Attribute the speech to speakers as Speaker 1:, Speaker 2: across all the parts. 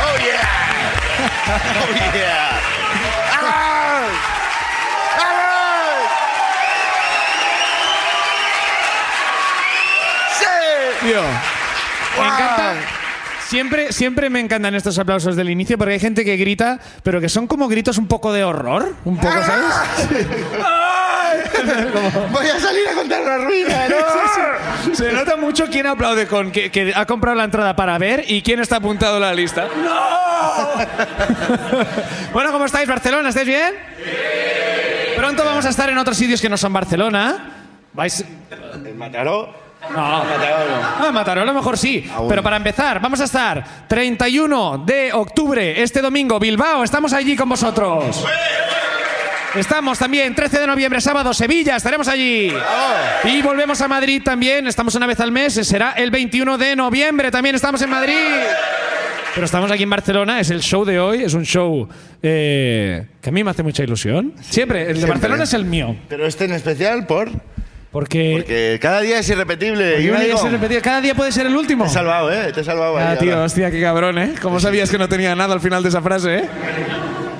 Speaker 1: Oh,
Speaker 2: Oh, yeah. Alex! Alex! ¡Sí!
Speaker 1: Tío,
Speaker 2: Wow.
Speaker 1: me encanta. Siempre, siempre me encantan estos aplausos del inicio porque hay gente que grita, pero que son como gritos un poco de horror. Un poco, ¿sabes?
Speaker 2: Voy a salir a contar una ruina, ¿no?
Speaker 1: Se nota mucho quién aplaude con que, que ha comprado la entrada para ver y quién está apuntado a la lista. ¡No! bueno, ¿cómo estáis, Barcelona? ¿Estáis bien? Pronto vamos a estar en otros sitios que no son Barcelona. ¿Vais?
Speaker 2: ¿El Mataró?
Speaker 1: No. Ah, Mataró a lo mejor sí.
Speaker 2: Aún.
Speaker 1: Pero para empezar, vamos a estar 31 de octubre, este domingo, Bilbao. Estamos allí con vosotros. Estamos también 13 de noviembre, sábado, Sevilla. Estaremos allí.
Speaker 2: Ah.
Speaker 1: Y volvemos a Madrid también. Estamos una vez al mes. Será el 21 de noviembre. También estamos en Madrid. Pero estamos aquí en Barcelona. Es el show de hoy. Es un show eh, que a mí me hace mucha ilusión. Siempre. El de
Speaker 2: siempre.
Speaker 1: Barcelona es el mío.
Speaker 2: Pero este en especial por...
Speaker 1: Porque,
Speaker 2: Porque cada día es irrepetible. Y
Speaker 1: cada, día
Speaker 2: único.
Speaker 1: se repetía. Cada día puede ser el último.
Speaker 2: Te he salvado, ¿eh? Te he salvado. ahí
Speaker 1: Ah,
Speaker 2: ahora.
Speaker 1: tío, hostia, qué cabrón, ¿eh? ¿Cómo sabías que no tenía nada al final de esa frase, eh?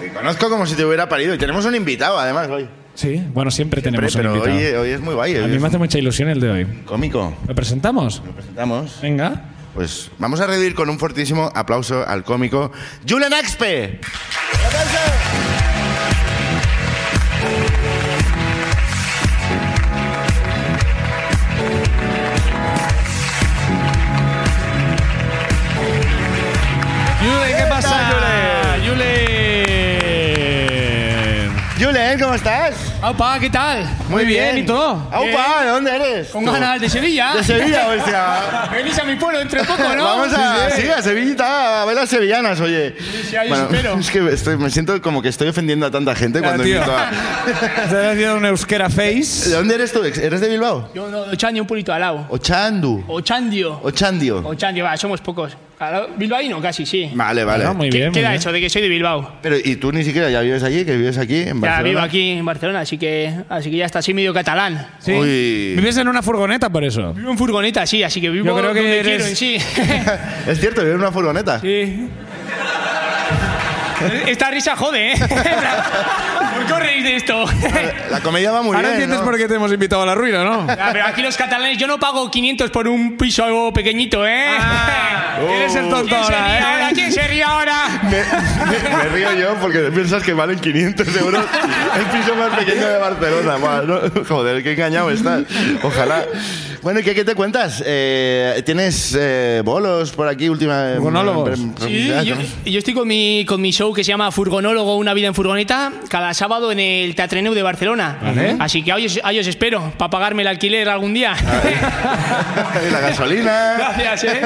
Speaker 2: Te conozco como si te hubiera parido. Y tenemos un invitado, además, hoy.
Speaker 1: Sí, bueno, siempre,
Speaker 2: Pre-
Speaker 1: tenemos un
Speaker 2: pero
Speaker 1: invitado.
Speaker 2: hoy, hoy es muy guay.
Speaker 1: a
Speaker 2: hoy
Speaker 1: mí
Speaker 2: es
Speaker 1: me hace mucha ilusión el de hoy.
Speaker 2: Cómico.
Speaker 1: ¿Lo presentamos?
Speaker 2: Lo presentamos.
Speaker 1: Venga.
Speaker 2: Pues vamos a reír con un fortísimo aplauso al cómico Julen Axpe.
Speaker 1: Julen, ¿qué pasa?
Speaker 2: tal,
Speaker 1: Julen.
Speaker 2: Julen, ¿cómo estás?
Speaker 3: Opa, ¿qué tal?
Speaker 1: ¿y todo?
Speaker 2: ¡Aupa! ¿De dónde eres?
Speaker 3: Con
Speaker 2: tú?
Speaker 3: ganas de Sevilla.
Speaker 2: De Sevilla, pues hostia.
Speaker 3: Venís a mi pueblo entre poco, ¿no?
Speaker 2: Vamos a, sí, a Sevillita, a ver las sevillanas, oye.
Speaker 3: sí, ahí os espero.
Speaker 2: es que estoy- me siento como que estoy ofendiendo a tanta gente cuando
Speaker 1: tío.
Speaker 2: invito a...
Speaker 1: Estás haciendo un euskera
Speaker 2: ¿De
Speaker 1: face.
Speaker 2: dónde eres tú? ¿Eres de Bilbao?
Speaker 3: Yo no, Ochandio, un pulito al lado.
Speaker 2: Ochandu.
Speaker 3: Ochandio.
Speaker 2: Ochandio.
Speaker 3: Ochandio, va, somos pocos. Claro, Bilbaíno, casi, sí.
Speaker 2: Vale, vale.
Speaker 1: No, muy
Speaker 3: ¿Qué
Speaker 1: bien. muy
Speaker 3: queda
Speaker 1: bien.
Speaker 3: eso de que soy de Bilbao?
Speaker 2: Pero y tú ni siquiera ya vives allí, que vives aquí en
Speaker 3: Ya
Speaker 2: Barcelona.
Speaker 3: vivo aquí en Barcelona, así que, así que ya está así medio catalán.
Speaker 1: Sí.
Speaker 2: Uy.
Speaker 1: Vives en una furgoneta por eso.
Speaker 3: Vivo en furgoneta, sí, así que vivo
Speaker 1: Yo creo que
Speaker 3: donde
Speaker 1: eres-
Speaker 3: quiero en sí.
Speaker 2: Es cierto, vives en una furgoneta.
Speaker 3: sí. Esta risa jode, ¿eh? ¿Por qué os reís de esto?
Speaker 2: La comedia va muy
Speaker 1: Ahora
Speaker 2: bien.
Speaker 1: entiendes
Speaker 2: ¿no?
Speaker 1: por qué te hemos invitado a la ruina, ¿no?
Speaker 3: Ah, pero aquí los catalanes, yo no pago 500 por un piso pequeñito, ¿eh?
Speaker 1: Eres el tonto
Speaker 3: ¿Quién se
Speaker 1: ahora,
Speaker 3: ría
Speaker 1: Ah, ¿eh?
Speaker 3: ahora? ¿Quién se ría ahora?
Speaker 2: Me, me río yo porque piensas que valen 500 euros el piso más pequeño de Barcelona. Buah, no, joder, qué engañado estás. Ojalá. Bueno, ¿y qué, qué te cuentas? Eh, ¿Tienes eh, bolos por aquí última? eh, em,
Speaker 1: Monólogos.
Speaker 3: Sí, yo, yo estoy con mi, con mi show que se llama Furgonólogo, una vida en furgoneta, cada sábado en el Teatreneu de Barcelona.
Speaker 1: Vale.
Speaker 3: Así que ahí os, ahí os espero, para pagarme el alquiler algún día.
Speaker 2: Ah, Y la gasolina.
Speaker 3: Gracias, ¿eh?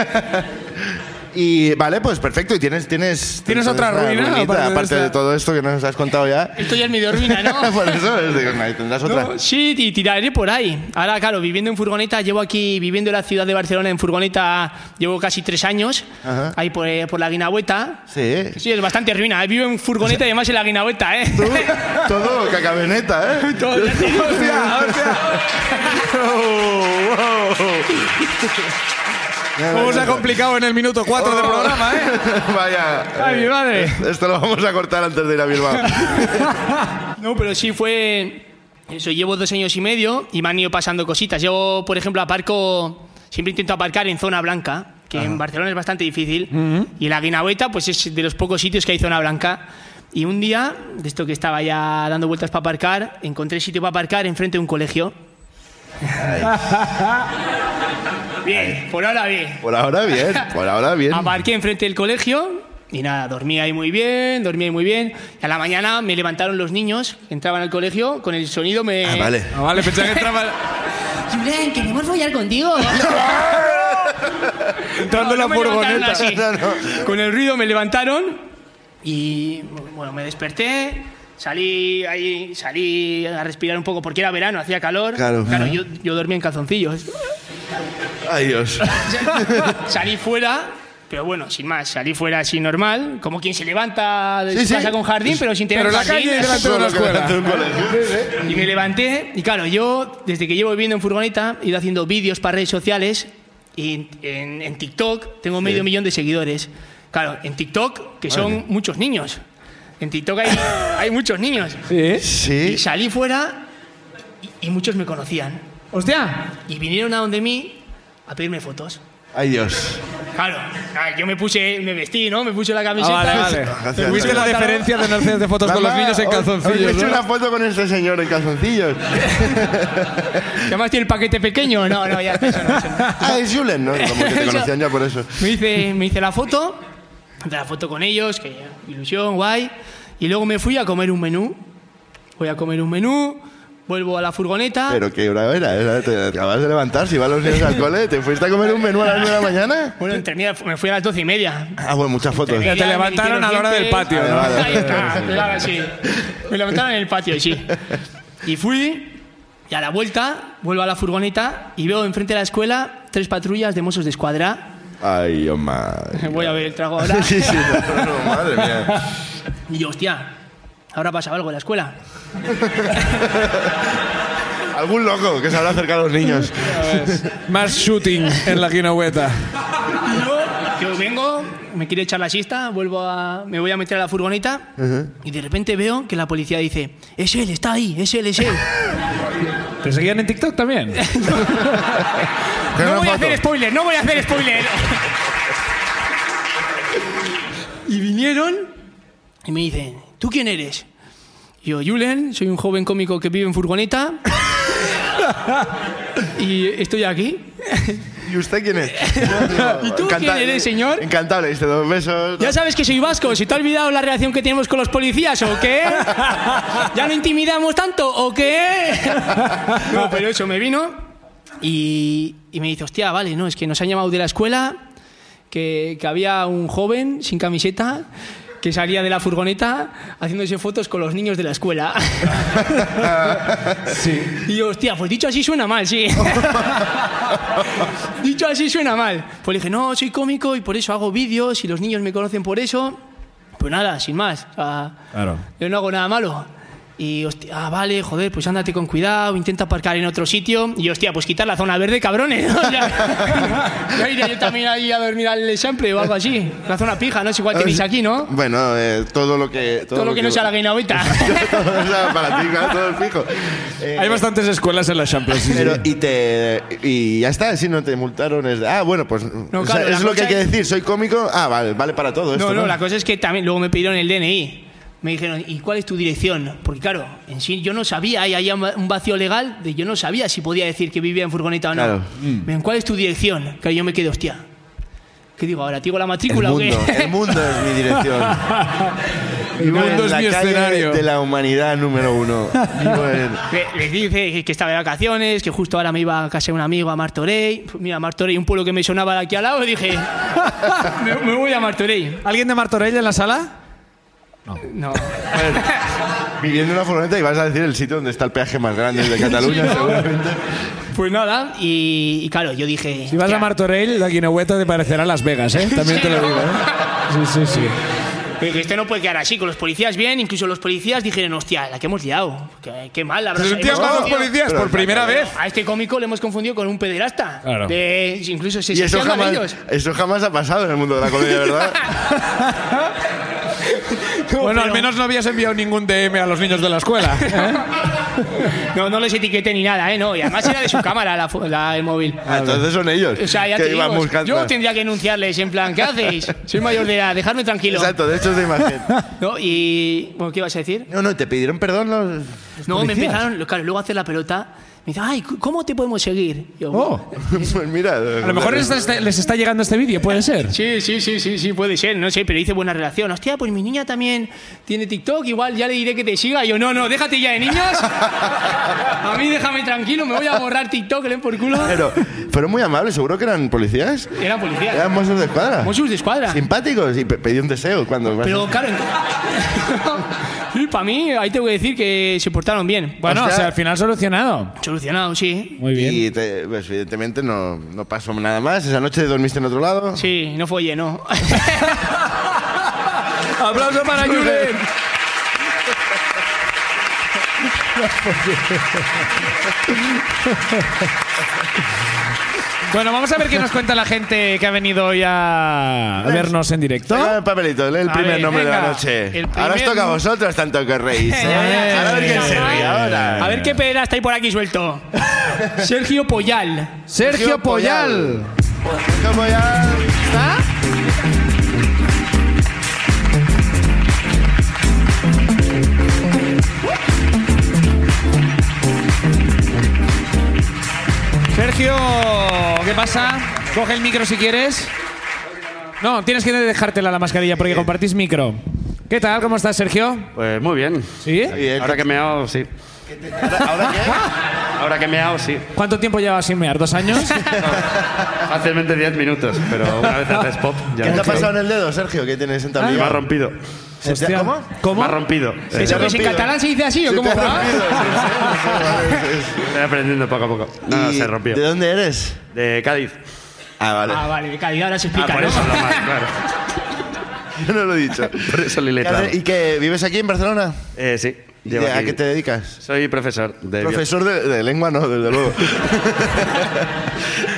Speaker 2: Y vale, pues perfecto. ¿Y tienes, tienes,
Speaker 1: ¿Tienes otra
Speaker 2: una
Speaker 1: ruina,
Speaker 2: ruinita,
Speaker 1: aparte de
Speaker 2: Aparte, de,
Speaker 1: esta?
Speaker 2: todo esto que nos has contado ya.
Speaker 3: Esto ya es mi dormina, ¿no?
Speaker 2: por eso es de- ahí tendrás otra.
Speaker 3: Sí, y tiraré por ahí. Ahora, claro, viviendo en furgoneta, llevo aquí, viviendo en la ciudad de Barcelona en furgoneta, llevo casi tres años,
Speaker 2: Ajá.
Speaker 3: ahí por, eh, por la Guinahueta.
Speaker 2: Sí.
Speaker 3: Sí, es bastante ruina, ¿eh? vivo en furgoneta y además en la Guinahueta, ¿eh?
Speaker 2: Tú, todo cacabeneta, ¿eh?
Speaker 3: Todo, ya te digo.
Speaker 1: ¿Cómo se ha complicado en el minuto 4 del programa, eh?
Speaker 2: Vaya. eh,
Speaker 1: Ay, mi madre.
Speaker 2: Esto lo vamos a cortar antes de ir a Bilbao.
Speaker 3: No, pero sí fue. Eso, llevo dos años y medio y me han ido pasando cositas. Yo, por ejemplo, aparco. Siempre intento aparcar en zona blanca, que en Barcelona es bastante difícil. Y en la Guinahueta, pues es de los pocos sitios que hay zona blanca. Y un día, de esto que estaba ya dando vueltas para aparcar, encontré sitio para aparcar enfrente de un colegio. bien, por ahora bien.
Speaker 2: Por ahora bien, por ahora bien.
Speaker 1: Ah,
Speaker 3: Aparqué enfrente del colegio y nada, dormía ahí muy bien, dormía ahí muy bien. Y a la mañana me levantaron los niños, entraban al colegio, con el sonido me...
Speaker 2: Ah, vale.
Speaker 1: Ah, vale, pensaba que entraba
Speaker 3: Julen, queremos follar contigo.
Speaker 1: entrando en la
Speaker 3: No, no me levantaron
Speaker 1: furgoneta.
Speaker 3: así.
Speaker 2: No, no.
Speaker 3: Con el ruido me levantaron y bueno, me desperté. Salí ahí, salí a respirar un poco porque era verano, hacía calor.
Speaker 2: Claro. Ajá.
Speaker 3: yo, yo dormía en calzoncillos.
Speaker 2: Ay, Dios.
Speaker 3: salí fuera, pero bueno, sin más, salí fuera así normal, como quien se levanta de
Speaker 2: Sí, Pues,
Speaker 3: su
Speaker 2: sí.
Speaker 3: casa con jardín, pero sin tener
Speaker 1: Pero la
Speaker 3: jardín.
Speaker 1: calle delante de la
Speaker 2: Solo que
Speaker 1: escuela.
Speaker 2: durante un colegio.
Speaker 3: Y me levanté, y claro, yo desde que llevo viviendo en furgoneta, he ido haciendo vídeos para redes sociales, y en, en- en TikTok tengo medio millón de seguidores. Claro, en TikTok, que son muchos niños. En TikTok hay, hay muchos niños.
Speaker 1: Sí.
Speaker 2: Sí.
Speaker 3: Y salí fuera y, y muchos me conocían.
Speaker 1: Hostia.
Speaker 3: Y vinieron a donde mí a pedirme fotos.
Speaker 2: Ay, Dios.
Speaker 3: Claro, ah, yo me puse, me vestí, ¿no? Me puse la camiseta.
Speaker 1: vale, Ah, vale.
Speaker 2: Gracias,
Speaker 1: Tuviste la
Speaker 2: gracias.
Speaker 1: diferencia de no hacer de fotos con los
Speaker 2: Mamá,
Speaker 1: niños en
Speaker 2: hoy- hoy me he
Speaker 1: calzoncillos.
Speaker 2: hecho
Speaker 1: ¿no?
Speaker 2: una foto con este señor en calzoncillos.
Speaker 3: ¿Y Además tiene el paquete pequeño. No, no, ya está, eso no, eso no.
Speaker 2: ah, es Julen, ¿no? Como que te
Speaker 3: Eso.
Speaker 2: conocían ya por eso.
Speaker 3: Me hice, me hice la foto, hice la foto con ellos, que ilusión, guay. Y luego me fui a comer un menú. Voy a comer un menú, vuelvo a la furgoneta.
Speaker 2: Pero qué hora era, era- ¿eh? te acabas de levantar, si van los niños al cole, ¿te fuiste a comer un menú a las 9 de la mañana?
Speaker 3: Bueno, entre medias, me fui a las doce y media.
Speaker 2: Ah, bueno, muchas fotos.
Speaker 1: te levantaron a la hora del patio,
Speaker 2: ¿no? Vale, vale,
Speaker 3: Ahí está,
Speaker 2: vale.
Speaker 3: claro, sí. Me levantaron en el patio, sí. Y fui, y a la vuelta, vuelvo a la furgoneta y veo enfrente de la escuela tres patrullas de mozos de escuadra.
Speaker 2: Ay, oh, madre.
Speaker 3: Voy a ver el trago ahora.
Speaker 2: Sí, sí, no, no, madre mía.
Speaker 3: Y yo, hostia, ahora pasaba algo en la escuela.
Speaker 2: Algún loco que se habrá acercado a los niños.
Speaker 1: Más shooting en la quinohueta.
Speaker 3: Y yo, yo vengo, me quiero echar la siesta, vuelvo a, me voy a meter a la furgoneta y de repente veo que la policía dice, es él, está ahí, es él, es él.
Speaker 1: ¿Te seguían en TikTok también?
Speaker 2: Gran
Speaker 3: no voy a
Speaker 2: foto.
Speaker 3: hacer spoiler, no voy a hacer spoiler. y vinieron y me dicen, ¿tú quién eres? Y Yo, Julen, soy un joven cómico que vive en furgoneta. y estoy aquí.
Speaker 2: ¿Y usted quién es?
Speaker 3: ¿Y tú
Speaker 2: Encanta-
Speaker 3: quién eres, señor?
Speaker 2: Encantado, le diste dos besos.
Speaker 3: Ya sabes que soy vasco, si te has olvidado la relación que tenemos con los policías o qué? ¿Ya no intimidamos tanto o qué? No, pero eso me vino y, y me dice, hostia, vale, no, es que nos han llamado de la escuela, que, que había un joven sin camiseta que salía de la furgoneta haciéndose fotos con los niños de la escuela.
Speaker 1: Sí.
Speaker 3: Y yo, hostia, pues dicho así suena mal, sí. dicho así suena mal. Pues le dije, no, soy cómico y por eso hago vídeos y los niños me conocen por eso. Pues nada, sin más. O sea,
Speaker 1: Claro.
Speaker 3: yo no hago nada malo. Y hostia, ah, vale, joder, pues ándate con cuidado, intenta aparcar en otro sitio. Y hostia, pues quitar la zona verde, cabrones. O sea, ya iría yo también ahí a dormir al chample o algo así. La zona pija, no sé cuál tenéis aquí, ¿no?
Speaker 2: Bueno, eh, todo lo que...
Speaker 3: Todo lo que no sea la guinahuita.
Speaker 2: o sea, para ti, claro, todo es fijo. Eh,
Speaker 1: Hay bastantes escuelas en la Champions. sí, sí.
Speaker 2: Pero, y te y ya está, si no te multaron es de, ah, bueno, pues o sea,
Speaker 3: claro, la
Speaker 2: es lo que hay
Speaker 3: cosa
Speaker 2: que
Speaker 3: es-
Speaker 2: decir, soy cómico, ah, vale, vale para todo esto,
Speaker 3: No,
Speaker 2: ¿no?
Speaker 3: no, la cosa es que también luego me pidieron el DNI. Me dijeron, ¿y cuál es tu dirección? Porque claro, en sí yo no sabía, ahí había un vacío legal, de yo no sabía si podía decir que vivía en furgoneta o no.
Speaker 2: Claro.
Speaker 3: Me dijeron, ¿cuál es tu dirección? Que yo me quedé, hostia. ¿Qué digo ahora? ¿Te digo la
Speaker 2: el
Speaker 3: matrícula
Speaker 2: mundo,
Speaker 3: o qué?
Speaker 2: el mundo es mi dirección. Vivo
Speaker 1: mundo
Speaker 2: en
Speaker 1: es
Speaker 2: la
Speaker 1: mi
Speaker 2: calle
Speaker 1: escenario.
Speaker 2: de la humanidad número uno. Vivo en-
Speaker 3: Le- Les dije que- que estaba de vacaciones, que justo ahora me iba a casa de un amigo a Martorey. Mira, Martorey, un pueblo que me sonaba de aquí al lado, y dije, me, me voy a Martorey.
Speaker 1: ¿Alguien de Martorell en la sala?
Speaker 3: No.
Speaker 2: viviendo en una furgoneta y vas a decir el sitio donde está el peaje más grande de Cataluña, seguramente.
Speaker 3: Pues nada, y, y claro, yo dije...
Speaker 1: Si vas a
Speaker 3: "Hostia".
Speaker 1: Martorell, la quinohueta te parecerá Las Vegas, ¿eh? También te lo digo, ¿eh? Sí, sí, sí.
Speaker 3: Pero que esto no puede quedar así, con los policías bien, incluso los policías dijeron, hostia, la que hemos liado, qué, qué mal, la
Speaker 1: Se
Speaker 3: verdad.
Speaker 1: sentían
Speaker 3: hemos
Speaker 1: mal los
Speaker 3: confundido-
Speaker 1: policías por primera vez.
Speaker 3: A este cómico le hemos confundido con un pederasta.
Speaker 1: Claro.
Speaker 3: De- incluso se
Speaker 2: Y eso
Speaker 3: sentían mal
Speaker 2: jamás,
Speaker 3: ellos.
Speaker 2: eso jamás ha pasado en el mundo de la comedia, ¿verdad? Ah,
Speaker 1: Bueno, al
Speaker 3: pero-
Speaker 1: menos no habías enviado ningún DM a los niños de la escuela. ¿eh?
Speaker 3: No, no les etiqueté ni nada, ¿eh? No, y además era de su cámara la, fo- la- el móvil.
Speaker 2: Ah, Entonces son ellos
Speaker 3: O sea, ya
Speaker 2: que
Speaker 3: te
Speaker 2: iban
Speaker 3: digo,
Speaker 2: buscando.
Speaker 3: yo tendría que enunciarles en plan, ¿qué hacéis? Soy mayor de edad, dejadme tranquilo.
Speaker 2: Exacto, de hecho es de imagen.
Speaker 3: ¿No? Y, bueno, ¿qué ibas a decir?
Speaker 2: No, no, te pidieron perdón los.
Speaker 3: No,
Speaker 1: policías?
Speaker 3: me empezaron, claro, luego a hacer la pelota. Me dice, ay, ¿cómo te podemos seguir? Yo,
Speaker 1: Oh,
Speaker 2: pues mira.
Speaker 1: a lo mejor les está, les está llegando este vídeo, puede ser.
Speaker 3: Sí, sí, sí, sí, sí, puede ser, no sé, pero hice buena relación. Hostia, pues mi niña también tiene TikTok, igual ya le diré que te siga. Y yo, no, no, déjate ya de niñas. A mí déjame tranquilo, me voy a borrar TikTok, le den por culo.
Speaker 2: Pero fueron muy amables, seguro que eran policías.
Speaker 3: Era policía.
Speaker 2: Eran mozos de escuadra.
Speaker 3: Mossos de escuadra.
Speaker 2: Simpáticos y pe- pedí un deseo cuando.
Speaker 3: Pero claro, para mí, ahí tengo que decir que se portaron bien.
Speaker 1: Bueno,
Speaker 2: Hostia.
Speaker 1: o sea, al final solucionado.
Speaker 3: Solucionado, sí.
Speaker 1: Muy bien.
Speaker 2: Y te- pues, evidentemente no, no pasó nada más. Esa noche dormiste en otro lado.
Speaker 3: Sí, no follé, no.
Speaker 1: ¡Aplauso para Julen! Bueno, vamos a ver qué nos cuenta la gente que ha venido hoy a vernos en directo.
Speaker 2: Venga, el papelito, lee el
Speaker 1: A
Speaker 2: primer
Speaker 1: ver,
Speaker 2: nombre de la
Speaker 1: venga.
Speaker 2: noche.
Speaker 3: El
Speaker 2: Ahora os
Speaker 3: primer
Speaker 2: toca a
Speaker 3: nom-
Speaker 2: vosotros tanto que os reís. ¿eh?
Speaker 3: Ya, ya, ya.
Speaker 2: A ver quién se ríe ahora.
Speaker 3: A ver qué peda está ahí por aquí suelto. Sergio Poyal.
Speaker 1: Sergio
Speaker 2: Sergio
Speaker 1: Poyal.
Speaker 2: Poyal. ¿Cómo ya?
Speaker 1: ¿Está? Sergio, ¿qué pasa? Coge el micro si quieres. No, tienes que dejártela la mascarilla porque compartís micro. ¿Qué tal? ¿Cómo estás, Sergio?
Speaker 4: Pues muy bien.
Speaker 1: ¿Sí?
Speaker 2: Bien,
Speaker 4: Ahora que me hago, sí.
Speaker 2: ¿Ahora qué?
Speaker 4: Ahora que me hago, sí.
Speaker 1: ¿Cuánto tiempo llevas sin mear? ¿Dos años?
Speaker 4: Fácilmente 10 minutos, pero una vez haces pop, ya
Speaker 2: ¿Qué te
Speaker 4: no.
Speaker 2: ha pasado en el dedo, Sergio? ¿Qué tienes en
Speaker 4: Me ha
Speaker 2: tablillo?
Speaker 4: rompido.
Speaker 2: ¿Se te
Speaker 1: Hostia.
Speaker 2: ha- ¿Cómo?
Speaker 1: ¿Cómo?
Speaker 4: Me ha rompido. Eh,
Speaker 2: Se
Speaker 3: ¿Eso
Speaker 2: ha
Speaker 3: que es en
Speaker 2: rompido.
Speaker 3: catalán se dice así o
Speaker 2: Se
Speaker 3: cómo
Speaker 2: te ha
Speaker 3: va?
Speaker 2: rompido, sí, sí, sí, sí, sí.
Speaker 4: Estoy aprendiendo poco a poco. No, no,
Speaker 2: ¿Y
Speaker 4: se rompió.
Speaker 2: ¿De dónde eres?
Speaker 4: De Cádiz.
Speaker 2: Ah, vale.
Speaker 3: Ah, vale, de calidad ahora se
Speaker 4: Ah,
Speaker 3: explica,
Speaker 4: por
Speaker 3: ¿no?
Speaker 4: eso, lo mal, claro.
Speaker 2: Yo no lo he dicho.
Speaker 4: Por eso le he letrado.
Speaker 2: ¿Y que vives aquí en Barcelona?
Speaker 4: Eh, sí. llevo
Speaker 2: ¿A
Speaker 4: aquí. Eh,
Speaker 2: qué te dedicas?
Speaker 4: Soy profesor de, bio-
Speaker 2: Profesor de, de lengua, no, desde luego.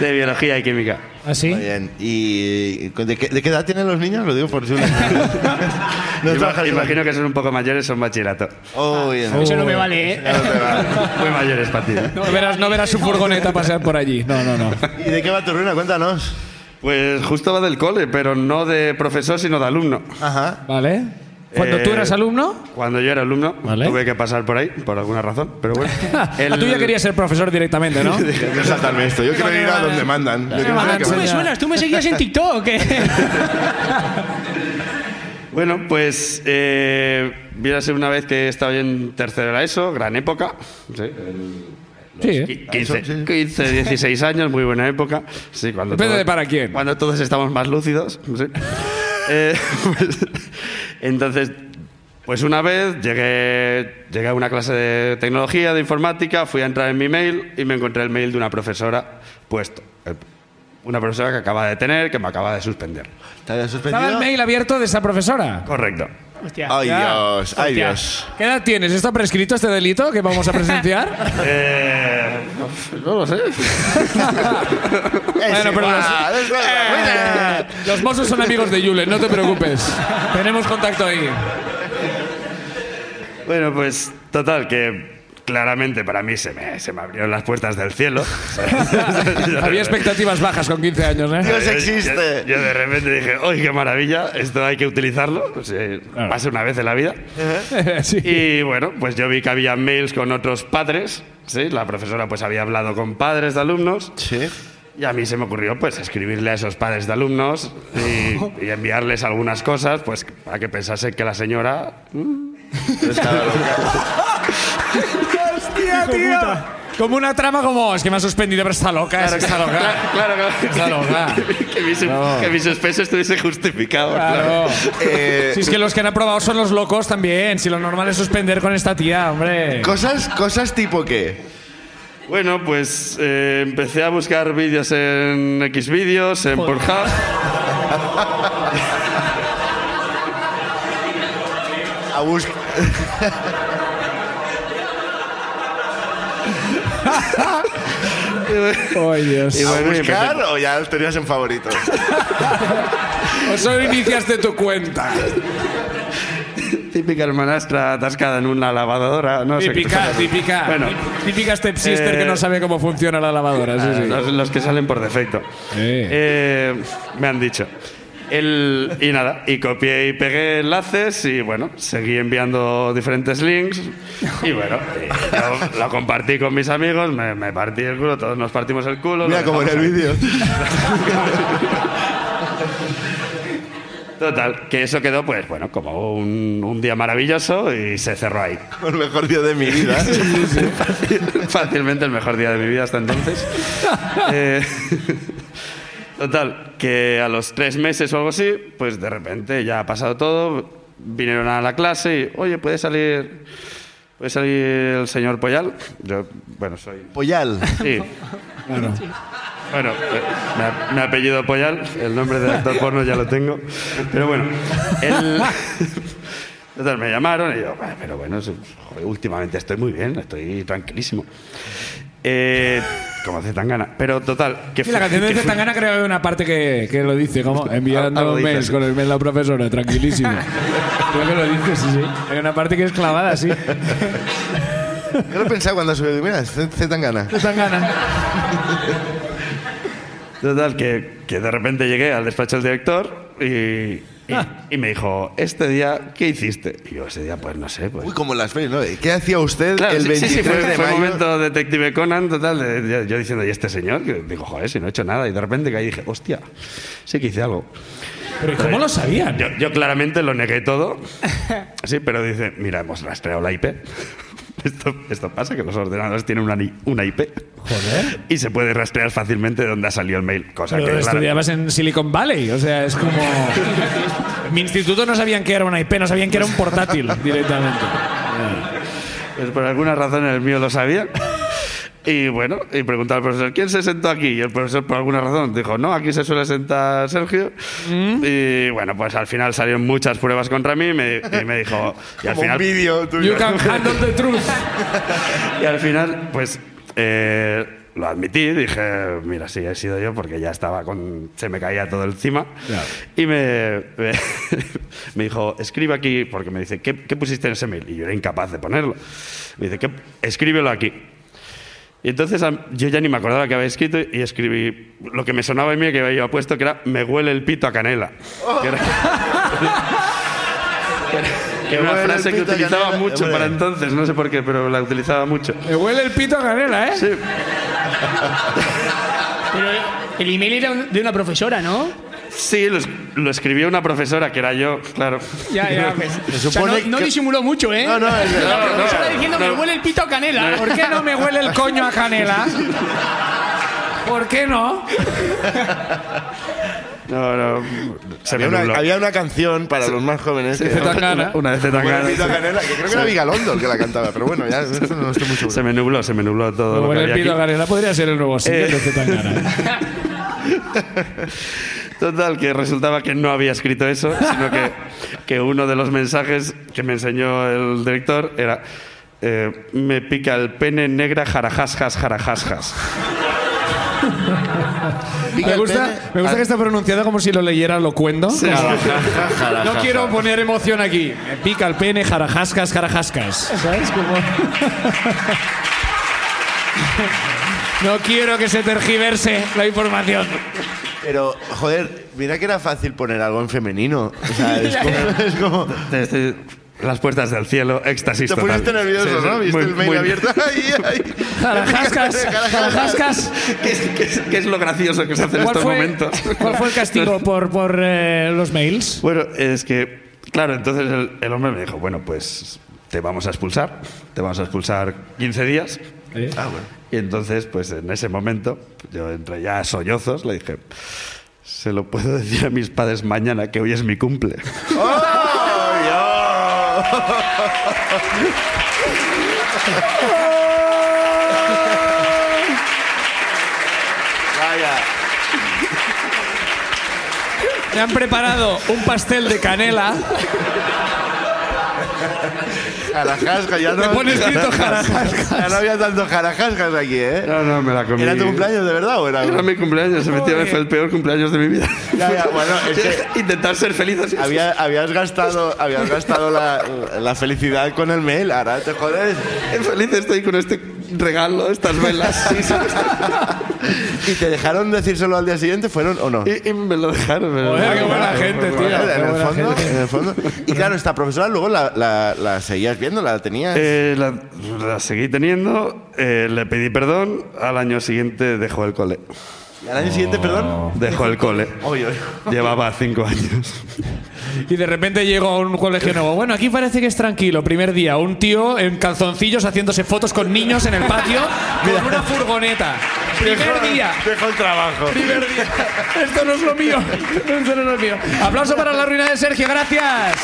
Speaker 4: de biología y química.
Speaker 1: ¿Así?
Speaker 2: Muy bien. ¿Y de qué, de qué edad tienen los niños? Lo digo por si... no
Speaker 4: Ima-
Speaker 2: trabajas en la-
Speaker 4: imagino que son un poco mayores, son bachillerato.
Speaker 2: Oh, Ah, bien.
Speaker 3: Eso no me vale, ¿eh?
Speaker 2: Ya no te va.
Speaker 4: Muy mayores para ti. ¿eh?
Speaker 1: No verás, no verás su furgoneta pasar por allí. No, no, no.
Speaker 2: ¿Y de qué va tu ruina? Cuéntanos.
Speaker 4: Pues justo va del cole, pero no de profesor, sino de alumno.
Speaker 2: Ajá.
Speaker 1: ¿Vale? Cuando
Speaker 4: Eh,
Speaker 1: tú eras alumno,
Speaker 4: Cuando yo era alumno,
Speaker 1: Vale.
Speaker 4: tuve que pasar por ahí, por alguna razón, pero bueno.
Speaker 1: Ah, tú ya querías ser profesor directamente, ¿no?
Speaker 2: Yo quiero saltarme esto. Yo quiero ir a donde mandan. Yo quiero
Speaker 3: Ah,
Speaker 2: saber qué
Speaker 3: Tú me
Speaker 2: mandan.
Speaker 3: suenas, tú me seguías en TikTok. ¿eh?
Speaker 4: Bueno, pues eh, viera ser una vez que estaba yo en tercero de la ESO, gran época. Sí, el-
Speaker 1: Sí. ¿eh?
Speaker 4: qui- 15, 15, 16 años, muy buena época. Sí, cuando
Speaker 1: Depende
Speaker 4: todo-
Speaker 1: de para quién.
Speaker 4: Cuando todos estamos más lúcidos. sí. Eh, pues, entonces, pues una vez llegué, llegué a una clase de tecnología, de informática, fui a entrar en mi mail y me encontré el mail de una profesora puesto. Eh, Una profesora que acaba de tener, que me acaba de suspender.
Speaker 2: ¿Te habías
Speaker 1: Estaba el
Speaker 2: suspendido?
Speaker 1: mail abierto de esa profesora.
Speaker 4: Correcto.
Speaker 3: Hostia.
Speaker 2: Ay,
Speaker 1: Ya.
Speaker 2: Dios. Ay,
Speaker 3: Hostia.
Speaker 2: Dios.
Speaker 1: ¿Qué edad tienes? ¿Está prescrito este delito que vamos a presenciar?
Speaker 4: Eh, no lo sé.
Speaker 2: Es
Speaker 1: pero
Speaker 2: igual,
Speaker 1: los-
Speaker 2: es igual.
Speaker 1: Los mozos son amigos de Julen, no te preocupes. Tenemos contacto ahí.
Speaker 4: Bueno, pues total, que claramente para mí se me, se me abrieron las puertas del cielo.
Speaker 1: Había expectativas bajas con 15 años, ¿eh?
Speaker 2: Dios existe.
Speaker 4: Yo, yo de repente dije, ¡ay, qué maravilla! Esto hay que utilizarlo. Pues, eh, Pase una vez en la vida.
Speaker 1: Sí.
Speaker 4: Y bueno, pues yo vi que había mails con otros padres. ¿sí? La profesora pues había hablado con padres de alumnos.
Speaker 2: Sí.
Speaker 4: Y a mí se me ocurrió pues escribirle a esos padres de alumnos y, y enviarles algunas cosas pues para que pensasen que la señora
Speaker 2: Estaba loca.
Speaker 1: ¡Hostia, tío! Como una trama como, es que me ha suspendido, pero está loca, es que está loca.
Speaker 4: Claro, claro.
Speaker 1: Claro, claro.
Speaker 4: Que, mi, su- que mi sospecha estuviese justificado.
Speaker 1: Claro.
Speaker 2: Eh,
Speaker 1: Si es que los que han aprobado son los locos también. Si lo normal es suspender con esta tía, hombre.
Speaker 2: Cosas, cosas tipo qué.
Speaker 4: Bueno, pues eh, empecé a buscar vídeos en X vídeos, en Pornhub.
Speaker 2: A bus-
Speaker 1: Ay, Dios.
Speaker 4: Y
Speaker 2: a
Speaker 4: bueno, y
Speaker 2: buscar o ya los tenías en favoritos.
Speaker 4: Eh,
Speaker 1: O solo iniciaste tu cuenta.
Speaker 4: empecé- típica hermanastra atascada en una lavadora. No
Speaker 1: Típica,
Speaker 4: sé qué.
Speaker 1: típica.
Speaker 4: Bueno,
Speaker 1: típica stepsister
Speaker 4: eh,
Speaker 1: que no sabe cómo funciona la lavadora. Sí, sí.
Speaker 4: Ah, Los, los que salen por defecto. Eh, me han dicho. El- y nada, y copié y pegué enlaces y bueno, seguí enviando diferentes links y bueno, y lo, lo compartí con mis amigos, me, me partí el culo, todos nos partimos el culo.
Speaker 2: Mira
Speaker 4: lo
Speaker 2: como en el
Speaker 4: dejamos ahí.
Speaker 2: vídeo.
Speaker 4: Total, que eso quedó pues bueno, como un, un día maravilloso y se cerró ahí.
Speaker 2: El mejor día de mi vida.
Speaker 4: Fácilmente el mejor día de mi vida hasta entonces. Eh, total, que a los tres meses o algo así, pues de repente ya ha pasado todo, vinieron a la clase y, oye, ¿puede salir, puede salir el señor Poyal? Yo, bueno, soy...
Speaker 2: Pollal.
Speaker 4: Sí. Bueno, bueno eh, me, ha- me apellido Poyal, el nombre del actor porno ya lo tengo. Pero bueno, el- Entonces me llamaron y yo, "Bueno, pero bueno, sí, joder, últimamente estoy muy bien, estoy tranquilísimo. Eh, como hace tan gana. Pero total, que
Speaker 1: Sí, la
Speaker 4: fui-
Speaker 1: canción de
Speaker 4: que fui-
Speaker 1: Zetangana creo que hay una parte que, que lo dice, como enviando
Speaker 4: Algo dice,
Speaker 1: mails
Speaker 4: sí.
Speaker 1: con el mail a la profesora, tranquilísimo. creo que lo dice, sí, sí. Hay una parte que es clavada, sí.
Speaker 2: Yo lo he pensado cuando subió. digo, Mira, Z Z Tangana.
Speaker 1: Zetangana.
Speaker 4: Total, que, que de repente llegué al despacho del director y, y-
Speaker 1: Ah.
Speaker 4: y me dijo, este día, ¿qué hiciste? Y yo, ese día, pues no sé, pues...
Speaker 2: Uy, como las pelis, ¿no? ¿Qué hacía usted
Speaker 4: Claro,
Speaker 2: el
Speaker 4: sí, sí,
Speaker 2: 23
Speaker 4: sí, fue,
Speaker 2: de
Speaker 4: fue
Speaker 2: mayo?
Speaker 4: un momento detective Conan, total, de- de- yo diciendo, ¿y este señor? Que digo, joder, si no he hecho nada. Y de repente caí y dije, hostia, sí que hice algo.
Speaker 1: Pero ¿y ¿cómo lo sabían?
Speaker 4: Yo, yo claramente lo negué todo. Sí, pero dice, mira, hemos rastreado la IP. Esto, esto pasa, que los ordenadores tienen una, ni- una IP.
Speaker 1: Joder.
Speaker 4: Y se puede rastrear fácilmente de dónde ha salido el mail. Cosa
Speaker 1: Pero
Speaker 4: que, claro,
Speaker 1: estudiabas en Silicon Valley, o sea, es como... En mi instituto no sabían que era una IP, no sabían que era un portátil directamente.
Speaker 4: pues por alguna razón el mío lo sabía. Y bueno, y preguntaba al profesor, ¿quién se sentó aquí? Y el profesor, por alguna razón, dijo, no, aquí se suele sentar Sergio. Y bueno, pues al final salieron muchas pruebas contra mí y me, y me dijo... Y al
Speaker 2: Como un
Speaker 4: final,
Speaker 2: vídeo tuyo.
Speaker 1: You can handle the truth.
Speaker 4: Y al final, pues eh, lo admití, dije, mira, sí, he sido yo porque ya estaba con... se me caía todo encima.
Speaker 1: Claro.
Speaker 4: Y me, me, me dijo, escribe aquí, porque me dice, ¿qué, qué pusiste en ese mail? Y yo era incapaz de ponerlo. Me dice, "¿Qué- escríbelo aquí. Y entonces am- yo ya ni me acordaba que había escrito y escribí lo que me sonaba a mí que había puesto, que era, me huele el pito a canela. Que era, que
Speaker 2: Me
Speaker 4: era una
Speaker 2: huele el
Speaker 4: frase que
Speaker 2: pito a
Speaker 4: utilizaba
Speaker 2: canela,
Speaker 4: mucho
Speaker 2: hombre.
Speaker 4: para entonces, no sé por qué, pero la utilizaba mucho.
Speaker 1: Me huele el pito a canela, ¿eh?
Speaker 4: Sí,
Speaker 3: Pero el email era un- de una profesora, ¿no?
Speaker 4: sí lo, es- lo escribió una profesora que era yo, claro.
Speaker 3: Ya, ya, pues. O sea, no,
Speaker 2: supone
Speaker 3: no
Speaker 2: que-
Speaker 3: disimuló mucho, ¿eh?
Speaker 2: No, no, es verdad.
Speaker 3: La profesora
Speaker 4: No, no,
Speaker 3: diciendo
Speaker 4: no.
Speaker 3: me huele el pito a canela.
Speaker 1: ¿Por qué no me huele el coño a canela? ¿Por qué no?
Speaker 4: No, no, se me
Speaker 2: Había una,
Speaker 4: nubló.
Speaker 2: había una canción para los más jóvenes que era-
Speaker 1: Zetangana.
Speaker 4: Una vez
Speaker 2: Bueno, Pito
Speaker 4: Zetangana.
Speaker 2: Canela, que creo que era Vigalondo el que la cantaba, pero bueno, ya esto no estoy muy seguro.
Speaker 4: Se me nubló, se me nubló todo
Speaker 1: Me
Speaker 4: lo que
Speaker 1: huele el
Speaker 4: había
Speaker 1: pito a
Speaker 4: aquí.
Speaker 1: canela podría ser el nuevo single de Zetangana.
Speaker 4: Total, que resultaba que no había escrito eso, sino que, que uno de los mensajes que me enseñó el director era eh, me pica el pene negra jarajasjas jarajasjas.
Speaker 1: Me gusta, me gusta que está pronunciado como si lo leyera locuendo. Como- No quiero poner emoción aquí. Me pica el pene, jarajascas, jarajascas. ¿Sabes? Como... No quiero que se tergiverse la información.
Speaker 2: Pero, joder, mira que era fácil poner algo en femenino. O sea, es como. es como-
Speaker 4: Te- te- Las puertas del cielo, éxtasis
Speaker 2: te
Speaker 4: total.
Speaker 2: pusiste nervioso,
Speaker 4: Sí, sí,
Speaker 2: ¿no? Viste
Speaker 4: muy-
Speaker 2: el mail
Speaker 4: muy-
Speaker 2: abierto. Ay, ay.
Speaker 1: Jarajascas, jarajascas.
Speaker 4: ¿Qué es, qué es- qué es lo gracioso que se hace en
Speaker 1: ¿Cuál
Speaker 4: estos
Speaker 1: fue,
Speaker 4: momentos?
Speaker 1: cuál fue el castigo por, por eh, los mails?
Speaker 4: Bueno, es que, claro, entonces el, el hombre me dijo, bueno, pues te vamos a expulsar, te vamos a expulsar 15 días. Ah, Y entonces, pues en ese momento, yo entré ya a sollozos, le dije, se lo puedo decir a mis padres mañana que hoy es mi cumple.
Speaker 2: Vaya.
Speaker 1: Me han preparado un pastel de canela.
Speaker 2: Jarajasca, ya no.
Speaker 1: Me pone escrito jarajascas.
Speaker 2: Ya no había tantos jarajascas aquí, ¿eh?
Speaker 4: No, no, me la comí.
Speaker 2: ¿Era tu cumpleaños de verdad o era.?
Speaker 4: Era mi cumpleaños, efectivamente, fue el peor cumpleaños de mi vida.
Speaker 2: Ya, ya, bueno, es que-
Speaker 4: Intentar ser feliz así.
Speaker 2: Había- habías gastado, habías gastado la, la felicidad con el mail, ahora te jodes.
Speaker 4: "Eh, Feliz estoy con este regalo, estas velas.
Speaker 2: ¿Y te dejaron decírselo al día siguiente? ¿Fueron o no?
Speaker 4: Y, y me lo dejaron. me lo
Speaker 1: Joder, qué
Speaker 4: dejaron.
Speaker 1: buena gente, tío.
Speaker 2: Bueno, en,
Speaker 1: Qué
Speaker 2: el
Speaker 1: buena
Speaker 2: fondo,
Speaker 1: gente.
Speaker 2: en el fondo. Y claro, esta profesora luego la, la- la seguías viendo, la tenías.
Speaker 4: Eh, la, la seguí teniendo, eh, le pedí perdón, al año siguiente dejó el cole.
Speaker 2: y al año siguiente, perdón.
Speaker 4: Dejó el cole.
Speaker 2: Oye, oye.
Speaker 4: Llevaba cinco años.
Speaker 1: Y de repente llego a un colegio nuevo. Bueno, aquí parece que es tranquilo. Primer día, un tío en calzoncillos haciéndose fotos con niños en el patio con una furgoneta. Primer día.
Speaker 2: Dejó el trabajo.
Speaker 1: Primer día. Esto no es lo mío. Esto no es lo mío. Aplauso para la ruina de Sergio. Gracias.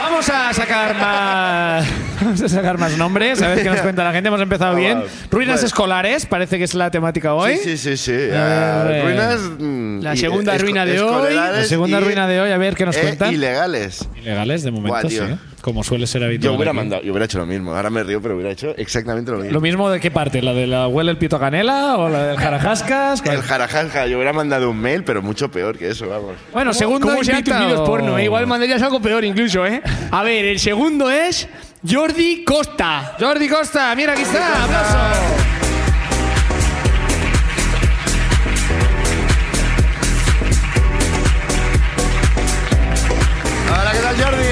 Speaker 1: Vamos a sacar más. Vamos a sacar más nombres, a ver qué nos cuenta la gente. Hemos empezado
Speaker 2: Ah,
Speaker 1: bien.
Speaker 2: va.
Speaker 1: Ruinas
Speaker 2: Vale.
Speaker 1: escolares, parece que es la temática hoy.
Speaker 2: Sí, sí, sí. sí.
Speaker 1: A
Speaker 2: Ah,
Speaker 1: ver.
Speaker 2: ruinas. mm,
Speaker 3: La
Speaker 2: y,
Speaker 3: segunda
Speaker 2: esco-
Speaker 3: ruina de hoy.
Speaker 2: escolares
Speaker 1: La segunda
Speaker 2: y-
Speaker 1: ruina de hoy, a ver qué nos
Speaker 2: e
Speaker 1: cuentan.
Speaker 2: Ilegales.
Speaker 1: Ilegales de momento,
Speaker 2: Buah,
Speaker 1: sí.
Speaker 2: tío.
Speaker 1: ¿eh? Como suele ser habitual.
Speaker 2: Yo hubiera
Speaker 1: aquí.
Speaker 2: mandado, yo hubiera hecho lo mismo. Ahora me río, pero hubiera hecho exactamente lo mismo.
Speaker 1: ¿Lo mismo de qué parte? ¿La de la huele el pito a canela o la del jarajascas?
Speaker 2: el jarajanja, yo hubiera mandado un mail, pero mucho peor que eso, vamos.
Speaker 1: Bueno, segundo
Speaker 3: ¿Cómo sean tus
Speaker 1: invitado.
Speaker 3: vídeos porno? eh? Igual mandarías algo peor incluso, ¿eh? A ver, el segundo es Jordi Costa.
Speaker 1: Jordi Costa, mira, aquí está. Aplauso.
Speaker 2: Hola, ¿qué tal, Jordi?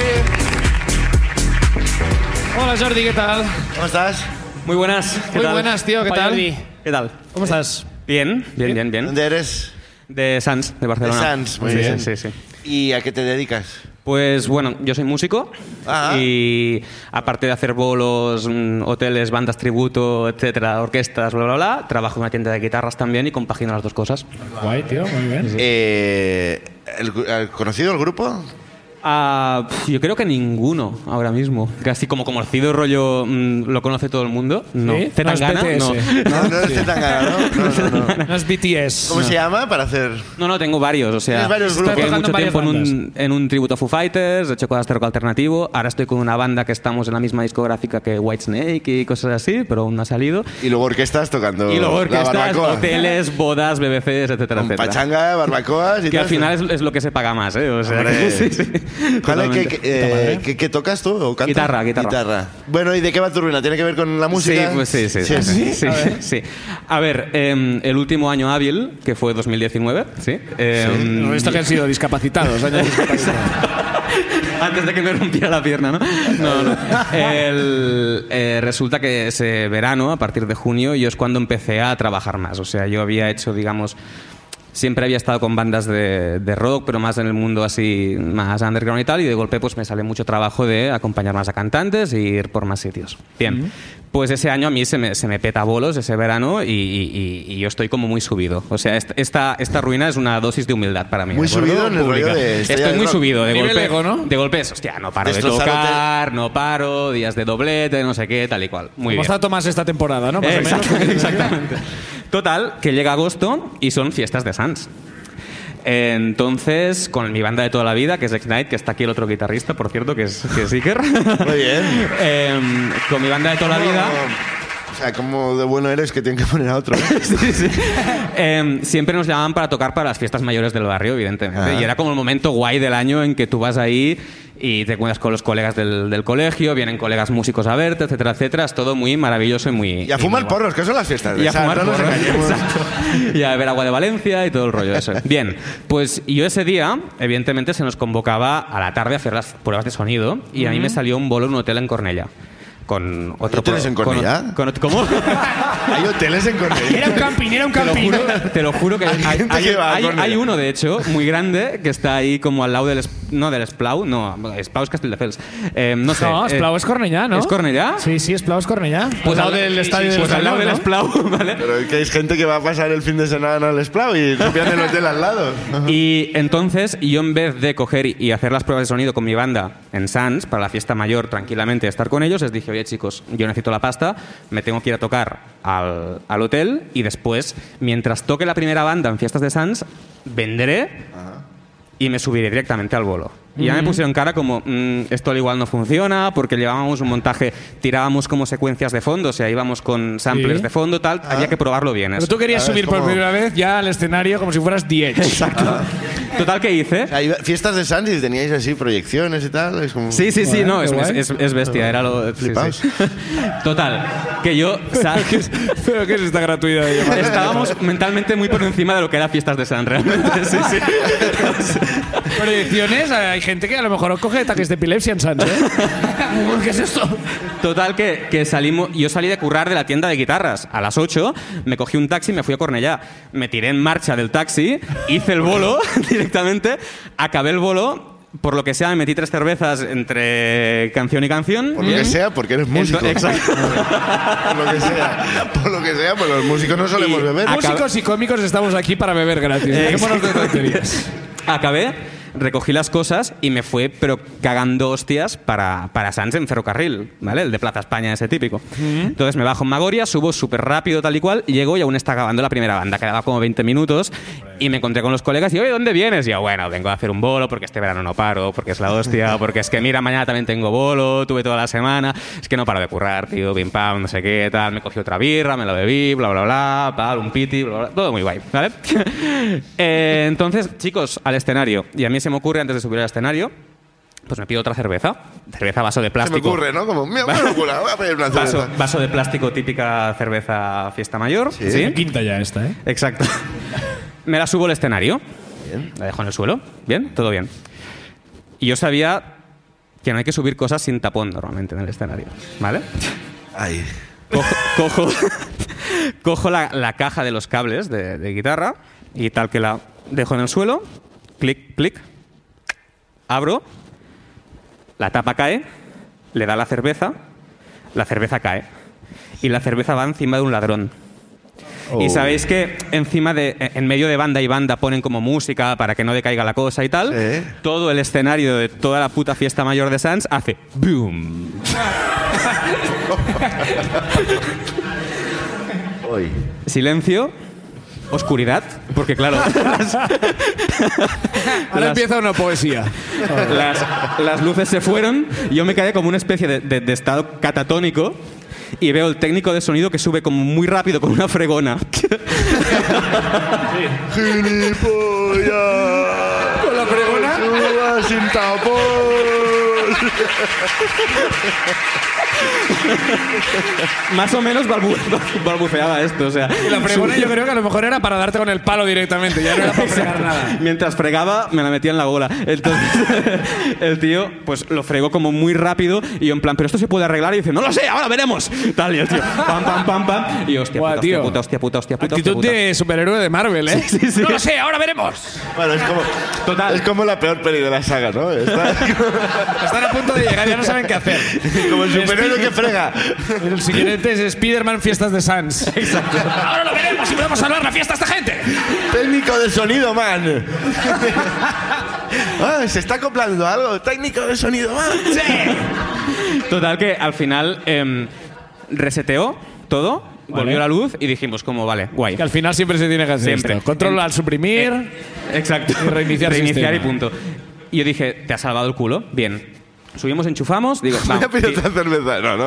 Speaker 1: Hola Jordi, ¿qué tal?
Speaker 2: ¿Cómo estás?
Speaker 5: Muy buenas. ¿Qué
Speaker 1: Muy
Speaker 5: tal?
Speaker 1: buenas, tío, ¿qué
Speaker 3: Opa,
Speaker 1: tal?
Speaker 3: Jordi.
Speaker 5: ¿Qué tal?
Speaker 1: ¿Cómo estás?
Speaker 5: Bien, bien, bien, bien.
Speaker 2: ¿Dónde eres?
Speaker 5: De Sants, de Barcelona.
Speaker 2: De Sants, muy
Speaker 5: Sí,
Speaker 2: bien.
Speaker 5: Sí, sí, sí.
Speaker 2: ¿Y a qué te dedicas?
Speaker 5: Pues bueno, yo soy músico
Speaker 2: Ah.
Speaker 5: y aparte de hacer bolos, mm, hoteles, bandas tributo, etcétera, orquestas, bla, bla, bla, trabajo en una tienda de guitarras también y compagino las dos cosas.
Speaker 1: Guay, tío, muy bien.
Speaker 2: Eh, el gru- ¿Has conocido el grupo?
Speaker 5: Ah, pf, yo creo que ninguno ahora mismo. Casi como conocido rollo mm, lo conoce todo el mundo. No.
Speaker 1: ¿Sí?
Speaker 5: ¿Te
Speaker 1: No es BTS.
Speaker 5: No.
Speaker 2: No, no es Zetangana, ¿no? No, no, no.
Speaker 1: No es BTS.
Speaker 2: ¿Cómo se llama para hacer...?
Speaker 5: No, no, tengo varios, o sea,
Speaker 2: Tienes varios
Speaker 5: toqué
Speaker 2: grupos.
Speaker 1: Estás
Speaker 5: mucho
Speaker 1: tocando en
Speaker 5: tiempo en
Speaker 1: varias
Speaker 5: un, en un tributo a Foo Fighters, he hecho cosas de rock alternativo, ahora estoy con una banda que estamos en la misma discográfica que Whitesnake y cosas así, pero aún no ha salido.
Speaker 2: Y luego orquestas tocando
Speaker 5: y luego
Speaker 2: la
Speaker 5: orquestas,
Speaker 2: barbacoa.
Speaker 5: hoteles, bodas, BBCs, etcétera,
Speaker 2: Con
Speaker 5: etcétera.
Speaker 2: pachanga, barbacoas y
Speaker 5: Que
Speaker 2: todo
Speaker 5: al final
Speaker 2: eso.
Speaker 5: es, es lo que se paga más, ¿eh? O sea,
Speaker 2: Hombre.
Speaker 5: que- sí, sí,
Speaker 2: Ojalá que,
Speaker 5: totalmente.
Speaker 2: que, eh, que- que tocas tú o cantas.
Speaker 5: Guitarra, guitarra.
Speaker 2: Bueno, ¿y de qué va tu ruina? ¿Tiene que ver con la música?
Speaker 5: Sí, pues sí, sí. sí, sí, sí. A ver, em, el último año hábil, que fue 2019, ¿sí? em,
Speaker 1: No, Esto que han sido discapacitados. años discapacitados.
Speaker 5: Antes de que me rompiera la pierna, ¿no? No, no. El- eh, resulta que ese verano, a partir de junio, yo es cuando empecé a trabajar más. O sea, yo había hecho, digamos, siempre había estado con bandas de, de rock, pero más en el mundo así, más underground y tal, y de golpe pues me sale mucho trabajo de acompañar más a cantantes e ir por más sitios. Bien, pues ese año a mí se me, se me peta bolos ese verano y, y- y- y yo estoy como muy subido. O sea, est- esta, esta ruina es una dosis de humildad para mí.
Speaker 2: Muy
Speaker 5: ¿de acuerdo?
Speaker 2: subido en el rollo
Speaker 5: Pública.
Speaker 2: de estrella
Speaker 5: Estoy
Speaker 2: de
Speaker 5: muy
Speaker 2: rock.
Speaker 5: subido, de
Speaker 1: Nivel
Speaker 5: golpe,
Speaker 1: ego, ¿no?
Speaker 5: de golpe, es, hostia, no paro de
Speaker 2: Destrozar
Speaker 5: tocar, no paro, días de doblete, no sé qué, tal y cual. Muy
Speaker 1: Como
Speaker 5: bien.
Speaker 1: está Tomás esta temporada, ¿no? Más o
Speaker 5: Eh,
Speaker 1: menos.
Speaker 5: exacta- exactamente. Total, que llega agosto y son fiestas de Sans. Entonces, con mi banda de toda la vida, que es X-Night, que está aquí el otro guitarrista, por cierto, que es, que es Iker.
Speaker 2: Muy bien.
Speaker 5: Em, con mi banda de toda la vida.
Speaker 2: O sea, como de bueno eres que tienen que poner a otro.
Speaker 5: Sí, sí. Em, siempre nos llamaban para tocar para las fiestas mayores del barrio, evidentemente.
Speaker 2: Ah.
Speaker 5: Y era como el momento guay del año en que tú vas ahí y te cuentas con los colegas del, del colegio, vienen colegas músicos a verte, etcétera, etcétera. Es todo muy maravilloso y muy.
Speaker 2: Y a fumar
Speaker 5: muy guay.
Speaker 2: porros, que son las fiestas.
Speaker 5: Y a
Speaker 2: O sea,
Speaker 5: fumar
Speaker 2: no nos
Speaker 5: porros,
Speaker 2: engañemos.
Speaker 5: exacto. Y a beber agua de Valencia y todo el rollo ese. Bien, pues yo ese día, evidentemente, se nos convocaba a la tarde a hacer las pruebas de sonido y a mí me salió un bolo en un hotel en Cornella. Con otro
Speaker 2: hoteles
Speaker 5: pro-
Speaker 2: en
Speaker 5: con-
Speaker 2: Cornellá?
Speaker 5: con- ¿Cómo?
Speaker 2: Hay hoteles en
Speaker 3: Era un
Speaker 2: Cornellá.
Speaker 3: camping, era un camping.
Speaker 5: Te lo juro que
Speaker 2: Hay
Speaker 5: hay,
Speaker 2: gente
Speaker 5: hay-
Speaker 2: que va
Speaker 5: hay-
Speaker 2: con
Speaker 5: hay
Speaker 2: él.
Speaker 5: uno, de hecho, muy grande, que está ahí como al lado del... es- No, del Splau, no, Splau es Castelldefels. Eh, no sé.
Speaker 1: No,
Speaker 5: eh,
Speaker 1: Esplau es Cornellá, ¿no?
Speaker 5: ¿Es Cornellá?
Speaker 1: Sí, sí, Esplau es Cornellá.
Speaker 5: Pues al-
Speaker 1: de
Speaker 5: pues al lado del
Speaker 1: Esplau.
Speaker 5: Splau, ¿vale?
Speaker 2: Pero es que hay gente que va a pasar el fin de semana al Splau y copian el hotel al lado.
Speaker 5: Y entonces yo en vez de coger y hacer las pruebas de sonido con mi banda en Sans para la fiesta mayor tranquilamente estar con ellos, les dije, oye chicos, yo necesito la pasta, me tengo que ir a tocar al, al hotel y después, mientras toque la primera banda en fiestas de Sans, vendré y me subiré directamente al bolo. Y ya me pusieron cara como, "Mm, esto al igual no funciona, porque llevábamos un montaje, tirábamos como secuencias de fondo, o sea, íbamos con samples
Speaker 1: Sí.
Speaker 5: de fondo, tal, había que probarlo bien.
Speaker 1: Pero
Speaker 5: eso.
Speaker 1: tú querías
Speaker 2: A ver,
Speaker 1: subir por
Speaker 2: ¿cómo?
Speaker 1: primera vez ya al escenario como si fueras Diez.
Speaker 5: Exacto. Total, ¿qué hice?
Speaker 2: O sea, hay fiestas de Sandy, teníais así proyecciones y tal. Es como...
Speaker 5: Sí, sí, sí,
Speaker 1: Bueno,
Speaker 5: no, es,
Speaker 1: qué guay.
Speaker 5: es- es bestia, era lo. sí,
Speaker 2: Flipaos.
Speaker 5: sí. Total, que yo. sa-
Speaker 1: Pero ¿qué es esta gratuidad de llamar?
Speaker 5: Estábamos mentalmente muy por encima de lo que era fiestas de San, realmente. Sí, sí.
Speaker 1: Proyecciones, hay gente que a lo mejor coge ataques de epilepsia en Sanz, ¿eh? ¿Qué es esto?
Speaker 5: Total, que, que salimos. Yo salí de currar de la tienda de guitarras a las 8, me cogí un taxi y me fui a Cornellá. Me tiré en marcha del taxi, hice el bolo directamente, acabé el bolo. Por lo que sea, me metí tres cervezas entre canción y canción.
Speaker 2: Por lo que sea, porque eres músico.
Speaker 5: Ento- Exacto.
Speaker 2: Por lo que sea. Por lo que sea, pues los músicos no solemos
Speaker 5: Y
Speaker 2: beber.
Speaker 5: acá-
Speaker 1: Eh, Músicos y cómicos estamos aquí para beber gratis. Dejémonos de tonterías.
Speaker 5: Eh, Acabé, recogí las cosas y me fue, pero cagando hostias para, para Sanz en ferrocarril, ¿vale? El de Plaza España, ese típico. Entonces me bajo en Magoria, subo súper rápido, tal y cual, y llego y aún está acabando la primera banda, quedaba como 20 minutos, y me encontré con los colegas y, oye, ¿dónde vienes? Y yo, bueno, vengo a hacer un bolo porque este verano no paro, porque es la hostia, porque es que mira, mañana también tengo bolo, tuve toda la semana, es que no paro de currar, tío, pim pam, no sé qué, tal, me cogí otra birra, me la bebí, bla, bla, bla, tal, un piti, bla, bla, todo muy guay, ¿vale? Eh, entonces, chicos, al escenario, y a mí se me ocurre antes de subir al escenario, pues me pido otra cerveza, cerveza vaso de
Speaker 2: Se me
Speaker 5: plástico.
Speaker 2: ocurre, ¿no? Como, mira, una locura, voy a pedir una
Speaker 5: Vaso,
Speaker 2: cerveza.
Speaker 5: vaso de plástico típica cerveza fiesta mayor, ¿sí?
Speaker 6: Quinta ya esta, ¿eh?
Speaker 5: Exacto. Me la subo al escenario. La dejo en el suelo. Bien, todo bien. Y yo sabía que no hay que subir cosas sin tapón normalmente en el escenario. ¿Vale?
Speaker 2: Ay.
Speaker 5: Cojo, cojo, cojo la, la caja de los cables de, de guitarra y tal que la dejo en el suelo. Clic, clic. Abro. La tapa cae. Le da la cerveza. La cerveza cae. Y la cerveza va encima de un ladrón.
Speaker 2: Oh.
Speaker 5: Y sabéis que encima de, e, en medio de banda y banda ponen como música para que no decaiga la cosa y tal.
Speaker 2: Sí.
Speaker 5: Todo el escenario de toda la puta fiesta mayor de Sans hace boom.
Speaker 2: Uy.
Speaker 5: Silencio, oscuridad, porque claro, las,
Speaker 6: Ahora
Speaker 5: Las-
Speaker 6: empieza una poesía.
Speaker 5: las- las luces se fueron, yo me quedé como una especie de, de- de estado catatónico y veo el técnico de sonido que sube como muy rápido con una fregona.
Speaker 2: ¡Gilipollas!
Speaker 6: Con la fregona.
Speaker 2: ¡Suba sin tapón!
Speaker 5: Más o menos balbu- balbuceaba esto, o sea.
Speaker 1: La fregona
Speaker 5: sub-
Speaker 1: yo creo que a lo mejor era para darte con el palo directamente, ya no era para fregar nada.
Speaker 5: Mientras fregaba, me la metía en la gola. Entonces, el tío, pues lo fregó como muy rápido y yo en plan, pero esto se puede arreglar. Y dice, no lo sé, ahora veremos. Tal, y el tío, pam, pam, pam, pam. Y yo, hostia,
Speaker 1: Buah,
Speaker 5: puta,
Speaker 1: tío.
Speaker 5: hostia, puta, hostia, puta, hostia, puta. hostia,
Speaker 1: Actitud
Speaker 5: puta.
Speaker 1: de superhéroe de Marvel, ¿eh?
Speaker 5: Sí, sí, sí.
Speaker 1: No lo sé, ahora veremos.
Speaker 2: Bueno, es como,
Speaker 5: Total.
Speaker 2: es como la peor peli de la saga, ¿no? Está
Speaker 1: Están a punto de llegar, ya no saben qué hacer.
Speaker 2: como el superhéroe que frega.
Speaker 1: El siguiente es Spider-Man Fiestas de Sans. Exacto. Ahora lo veremos y podemos salvar la fiesta a esta gente.
Speaker 2: Técnico de sonido, man. Ah, se está acoplando algo. Técnico de sonido, man.
Speaker 5: Total que al final em, reseteó todo,
Speaker 1: Vale.
Speaker 5: volvió la luz y dijimos como, vale, guay.
Speaker 1: Que al final siempre se tiene que hacer
Speaker 5: Siempre.
Speaker 1: esto. Control al suprimir.
Speaker 5: Eh, Exacto.
Speaker 1: Y reiniciar
Speaker 5: Reiniciar y
Speaker 1: sistema.
Speaker 5: punto. Y yo dije, te has salvado el culo, bien. Subimos, enchufamos, digo,
Speaker 2: Voy
Speaker 5: vamos,
Speaker 2: a pedir
Speaker 5: ti-
Speaker 2: otra cerveza. No, no.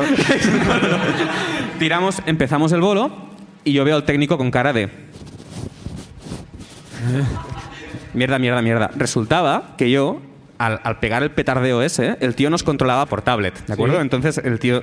Speaker 5: tiramos, empezamos el bolo y yo veo al técnico con cara de. Mierda, mierda, mierda. Resultaba que yo, al, al pegar el petardeo ese, el tío nos controlaba por tablet, ¿de acuerdo? Entonces el tío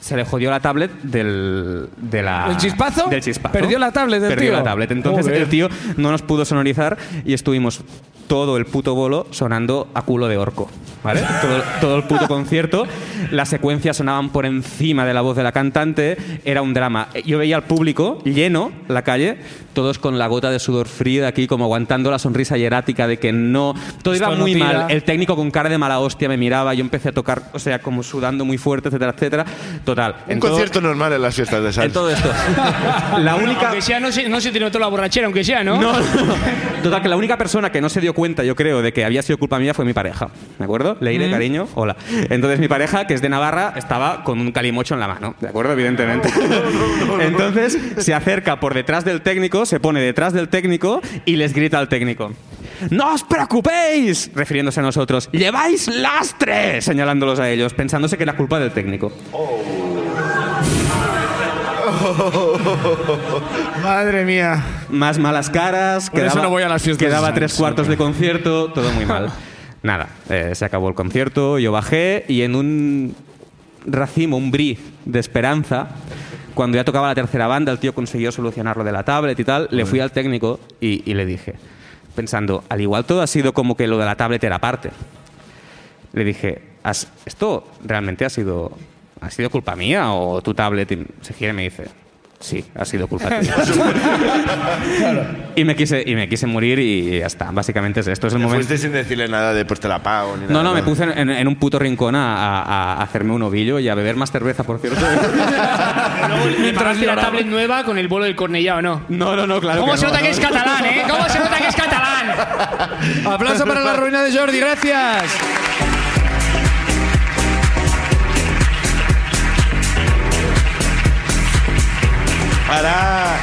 Speaker 5: se le jodió la tablet del. De la,
Speaker 1: ¿El chispazo?
Speaker 5: Del chispazo.
Speaker 1: Perdió la tablet del
Speaker 5: Perdió
Speaker 1: tío.
Speaker 5: la tablet. Entonces
Speaker 1: Joder.
Speaker 5: el tío no nos pudo sonorizar y estuvimos todo el puto bolo sonando a culo de orco. ¿Vale? Todo, todo el puto concierto. Las secuencias sonaban por encima de la voz de la cantante. Era un drama. Yo veía al público lleno, la calle, todos con la gota de sudor fría de aquí, como aguantando la sonrisa hierática de que no. Todo
Speaker 1: Esto
Speaker 5: iba
Speaker 1: no
Speaker 5: muy
Speaker 1: tira.
Speaker 5: mal. El técnico con cara de mala hostia me miraba. Yo empecé a tocar, o sea, como sudando muy fuerte, etcétera, etcétera. Total.
Speaker 2: Un
Speaker 5: en todo-
Speaker 2: concierto normal en las fiestas de
Speaker 5: En
Speaker 2: Sanz.
Speaker 5: todo esto. La única.
Speaker 3: Aunque sea, no se, no se te notó la borrachera, aunque sea, ¿no?
Speaker 5: No, no. Total, que la única persona que no se dio cuenta, yo creo, de que había sido culpa mía fue mi pareja. ¿De acuerdo? Leire, cariño, hola. Entonces, mi pareja, que es de Navarra, estaba con un calimocho en la mano. ¿De acuerdo? Evidentemente. Entonces, se acerca por detrás del técnico, se pone detrás del técnico y les grita al técnico. ¡No os preocupéis! Refiriéndose a nosotros. ¡Lleváis lastre! Señalándolos a ellos, pensándose que era culpa del técnico.
Speaker 1: Madre mía.
Speaker 5: más malas caras.
Speaker 1: Por eso no voy a las fiestas
Speaker 5: quedaba
Speaker 1: de
Speaker 5: tres
Speaker 1: Sanz,
Speaker 5: cuartos de concierto, todo muy mal. Nada, eh, se acabó el concierto, yo bajé y en un racimo, un brie de esperanza, cuando ya tocaba la tercera banda, el tío consiguió solucionarlo de la tablet y tal, le fui al técnico y, y le dije, pensando, al igual todo ha sido como que lo de la tablet era parte. Le dije, "Has- ¿esto realmente ha sido, ha sido culpa mía o tu tablet? Y se gira y me dice, Sí, ha sido culpa tuya. y, me quise, y me quise morir y ya está. Básicamente es esto. Es el
Speaker 2: No
Speaker 5: momento.
Speaker 2: fuiste sin decirle nada de pues te la pago ni nada,
Speaker 5: No, no, me puse en, en un puto rincón a, a- a hacerme un ovillo y a beber más cerveza, por cierto.
Speaker 3: Pero luego le pagaste la tablet nueva con el bolo del Cornellá, ¿o no?
Speaker 5: no, no, no, claro.
Speaker 3: ¿Cómo se
Speaker 5: no,
Speaker 3: nota que
Speaker 5: no.
Speaker 3: es catalán, eh? ¿Cómo se nota que es catalán?
Speaker 1: Aplauso para la ruina de Jordi, gracias.
Speaker 2: Hará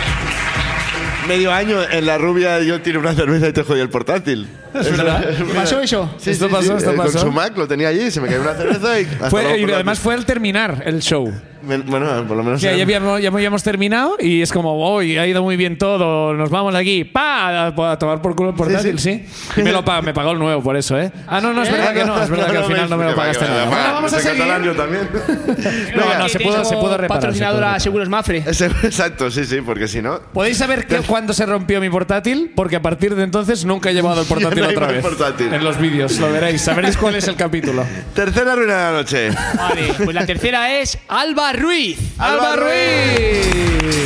Speaker 2: medio año en la rubia yo tiré una cerveza y te jodí el portátil. Es verdad.
Speaker 3: ¿Pasó eso?
Speaker 2: Sí,
Speaker 1: Esto
Speaker 2: sí,
Speaker 1: pasó,
Speaker 2: sí.
Speaker 1: esto
Speaker 2: Eh,
Speaker 1: pasó.
Speaker 2: Con su Mac lo tenía allí, se me cayó una cerveza y. hasta
Speaker 1: Fue-
Speaker 2: luego,
Speaker 1: y
Speaker 2: por la-
Speaker 1: además fue al terminar el show.
Speaker 2: Me- Bueno, por lo menos.
Speaker 1: O sea, ya, habíamos, ya habíamos terminado y es como, hoy ha ido muy bien todo, nos vamos de aquí, pa, a, a tomar por culo el portátil, sí. Y me, lo pa- me pagó el nuevo por eso, ¿eh? Ah, no, no, es verdad que no, es verdad que al final no me lo pagaste nada. Bueno, vamos a seguir.
Speaker 2: Catalán, yo también.
Speaker 1: No, no, se pudo, se pudo reparar. se pudo
Speaker 3: Patrocinadora
Speaker 1: reparar.
Speaker 3: Seguros Mafre.
Speaker 2: Ese- Exacto, sí, sí, porque si no.
Speaker 1: ¿Podéis saber qué- cuándo se rompió mi portátil? Porque a partir de entonces nunca he llevado el portátil
Speaker 2: Ya no hay
Speaker 1: otra
Speaker 2: más
Speaker 1: vez.
Speaker 2: portátil.
Speaker 1: En los vídeos, lo veréis. Sabréis cuál es el capítulo.
Speaker 2: Tercera ruina de la noche.
Speaker 3: Vale, pues la tercera es Alba Ruiz.
Speaker 1: ¡Alba Ruiz!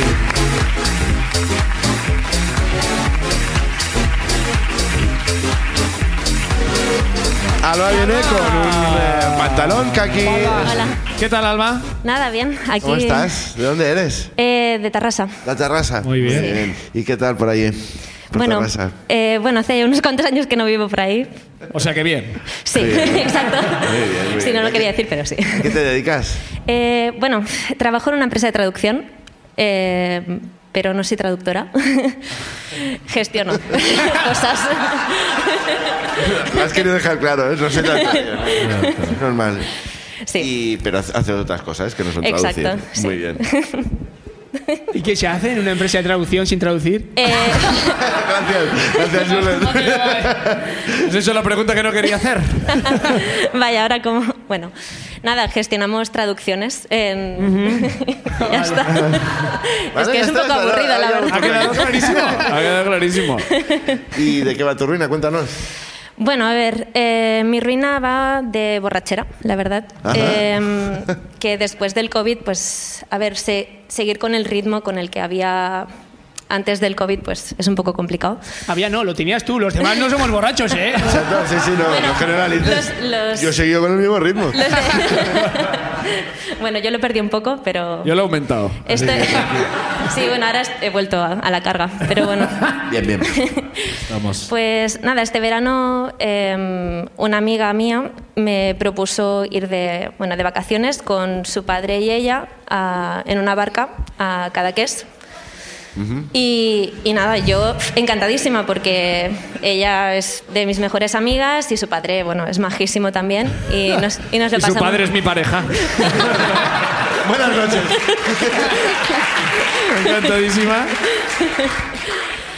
Speaker 2: Alba viene con un eh, pantalón kaki.
Speaker 7: Hola.
Speaker 1: ¿Qué tal, Alba?
Speaker 7: Nada, bien. Aquí,
Speaker 2: ¿Cómo estás? ¿De dónde eres?
Speaker 7: Eh, de Tarrasa.
Speaker 2: La terraza. Muy
Speaker 1: bien.
Speaker 2: ¿Y qué tal por allí? Por
Speaker 7: Bueno,
Speaker 2: Terrassa.
Speaker 7: eh, bueno, hace unos cuantos años que no vivo por ahí.
Speaker 1: O sea que bien.
Speaker 7: Sí, exacto. sí, no lo quería decir, pero sí.
Speaker 2: ¿A ¿Qué te dedicas?
Speaker 7: Eh, bueno, trabajo en una empresa de traducción, eh, pero no soy traductora. Gestiono cosas.
Speaker 2: Lo has querido dejar claro, ¿eh? No sé tanto. Normal.
Speaker 7: sí.
Speaker 2: Y- pero hace hace otras cosas que no son
Speaker 7: Exacto,
Speaker 2: traducir.
Speaker 7: sí.
Speaker 2: Muy bien.
Speaker 3: ¿Y qué se hace en una empresa de traducción sin traducir?
Speaker 7: Eh,
Speaker 2: gracias, gracias, Julen.
Speaker 1: ¿Es eso la pregunta que no quería hacer?
Speaker 7: Vaya, ahora como... Bueno, nada, gestionamos traducciones en... ya está. es
Speaker 2: Vale,
Speaker 7: que
Speaker 2: ya
Speaker 7: es un
Speaker 2: está, ya
Speaker 7: poco
Speaker 2: está,
Speaker 7: aburrido,
Speaker 2: ya,
Speaker 7: la
Speaker 2: ya,
Speaker 7: verdad.
Speaker 1: Ha quedado clarísimo. Ha quedado clarísimo.
Speaker 2: ¿Y de qué va tu ruina? Cuéntanos.
Speaker 7: Bueno, a ver, eh, mi ruina va de borrachera, la verdad.
Speaker 2: Ajá.
Speaker 7: Eh, que después del COVID, pues, a ver, se- seguir con el ritmo con el que había antes del COVID, pues es un poco complicado.
Speaker 3: Había no, lo tenías tú, los demás no somos borrachos, ¿eh?
Speaker 2: Exacto, sí, sí, no,
Speaker 7: Bueno,
Speaker 2: no generalices.
Speaker 7: los- los-
Speaker 2: Yo he seguido con el mismo ritmo.
Speaker 7: Los de- bueno, yo lo perdí un poco, pero...
Speaker 1: Yo lo he aumentado.
Speaker 7: Esto- Este- sí, bueno, ahora he vuelto a- a la carga, pero bueno.
Speaker 2: Bien, bien.
Speaker 1: Vamos.
Speaker 7: Pues nada, este verano eh, una amiga mía me propuso ir de, bueno, de vacaciones con su padre y ella a- en una barca a Cadaqués. Y, y nada, yo encantadísima porque ella es de mis mejores amigas y su padre, bueno, es majísimo también y nos, y nos lo
Speaker 1: Y su
Speaker 7: pasamos-
Speaker 1: padre es mi pareja.
Speaker 2: Buenas noches.
Speaker 1: Encantadísima.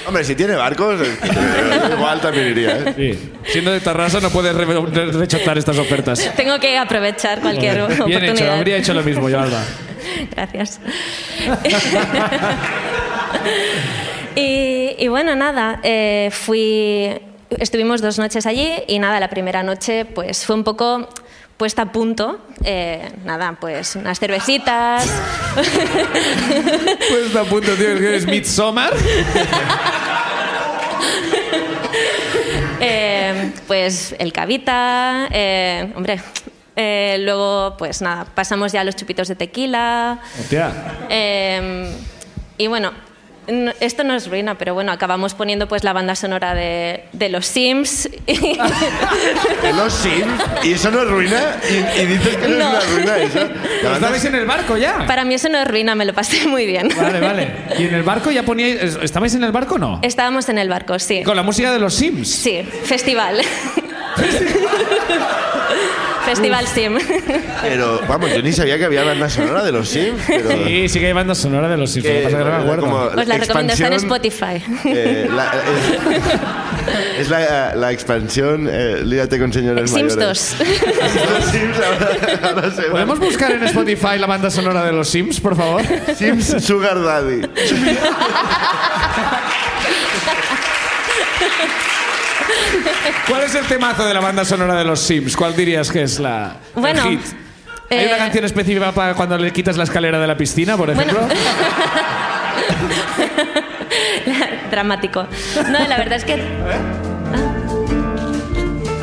Speaker 2: Hombre, si tiene barcos, eh, igual también iría, ¿eh?
Speaker 1: Sí. Siendo de Tarrasa no puedes re- re- rechazar estas ofertas.
Speaker 7: Tengo que aprovechar cualquier
Speaker 1: Bien
Speaker 7: oportunidad.
Speaker 1: hecho, habría hecho lo mismo yo, Alba.
Speaker 7: Gracias. y, y bueno, nada, eh, fui, estuvimos dos noches allí y nada, la primera noche pues fue un poco puesta a punto, eh, nada, pues unas cervecitas,
Speaker 1: Pues está a punto, tío, que es Midsommar.
Speaker 7: eh, pues el cavita, eh, hombre, eh, luego pues nada, pasamos ya a los chupitos de tequila,
Speaker 1: Hostia.
Speaker 7: Eh, y bueno, no- esto no es ruina, pero bueno, acabamos poniendo pues la banda sonora de, de los Sims. Y-
Speaker 2: En los Sims. ¿Y eso no es ruina? ¿Y, y dices que no,
Speaker 7: No.
Speaker 2: es una ruina eso? La banda-
Speaker 1: Estabais en el barco ya.
Speaker 7: Para mí eso no es ruina, me lo pasé muy bien.
Speaker 1: Vale, vale. ¿Y en el barco ya poníais. es- ¿Estabais en el barco o no?
Speaker 7: Estábamos en el barco, sí.
Speaker 1: Con la música de los Sims.
Speaker 7: Sí, festival. festival Sim.
Speaker 2: Pero, vamos, yo ni sabía que había banda sonora de los Sims. Pero,
Speaker 1: Sí, sí que hay banda sonora de los Sims. lo que
Speaker 2: Eh,
Speaker 1: pasa es que no me acuerdo.
Speaker 2: como
Speaker 7: Os la recomiendo, está
Speaker 2: expansión-
Speaker 7: en Spotify.
Speaker 2: Eh, la- eh, es- es la, la expansión eh, Lídate con señores
Speaker 7: Sims
Speaker 1: ¿eh?
Speaker 2: mayores.
Speaker 7: 2.
Speaker 2: Los Sims ahora, ahora se van.
Speaker 1: ¿Podemos buscar en Spotify la banda sonora de los Sims, por favor?
Speaker 2: Sims Sugar Daddy.
Speaker 1: ¿Cuál es el temazo de la banda sonora de los Sims? ¿Cuál dirías que es la el
Speaker 7: Bueno,
Speaker 1: hit? ¿Hay una
Speaker 7: Eh,
Speaker 1: canción específica para cuando le quitas la escalera de la piscina, por
Speaker 7: Bueno.
Speaker 1: ejemplo?
Speaker 7: Dramático. No, la verdad es que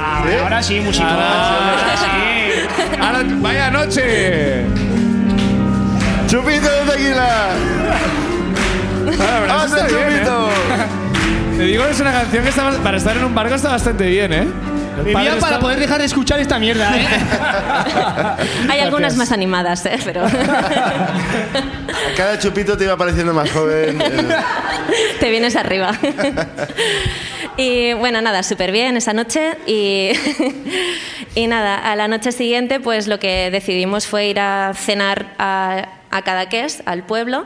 Speaker 3: Ah, Ahora sí, música.
Speaker 1: Ah. Ahora- ¡Vaya noche!
Speaker 2: ¡Chupito de tequila!
Speaker 1: Ah, la verdad es que
Speaker 2: ¡Hazte
Speaker 1: está bien,
Speaker 2: chupito!
Speaker 1: ¿eh? Te digo que es una canción que está bas- para estar en un barco está bastante bien, ¿eh? El
Speaker 3: Vivía
Speaker 1: padre
Speaker 3: para
Speaker 1: está-
Speaker 3: poder dejar de escuchar esta mierda, ¿eh?
Speaker 7: hay algunas
Speaker 1: Gracias.
Speaker 7: más animadas, ¿eh? pero
Speaker 2: Cada chupito te iba pareciendo más joven. eh.
Speaker 7: te vienes arriba. y bueno, nada, súper bien esa noche. Y, y nada, a la noche siguiente, pues lo que decidimos fue ir a cenar a, a Cadaqués, al pueblo,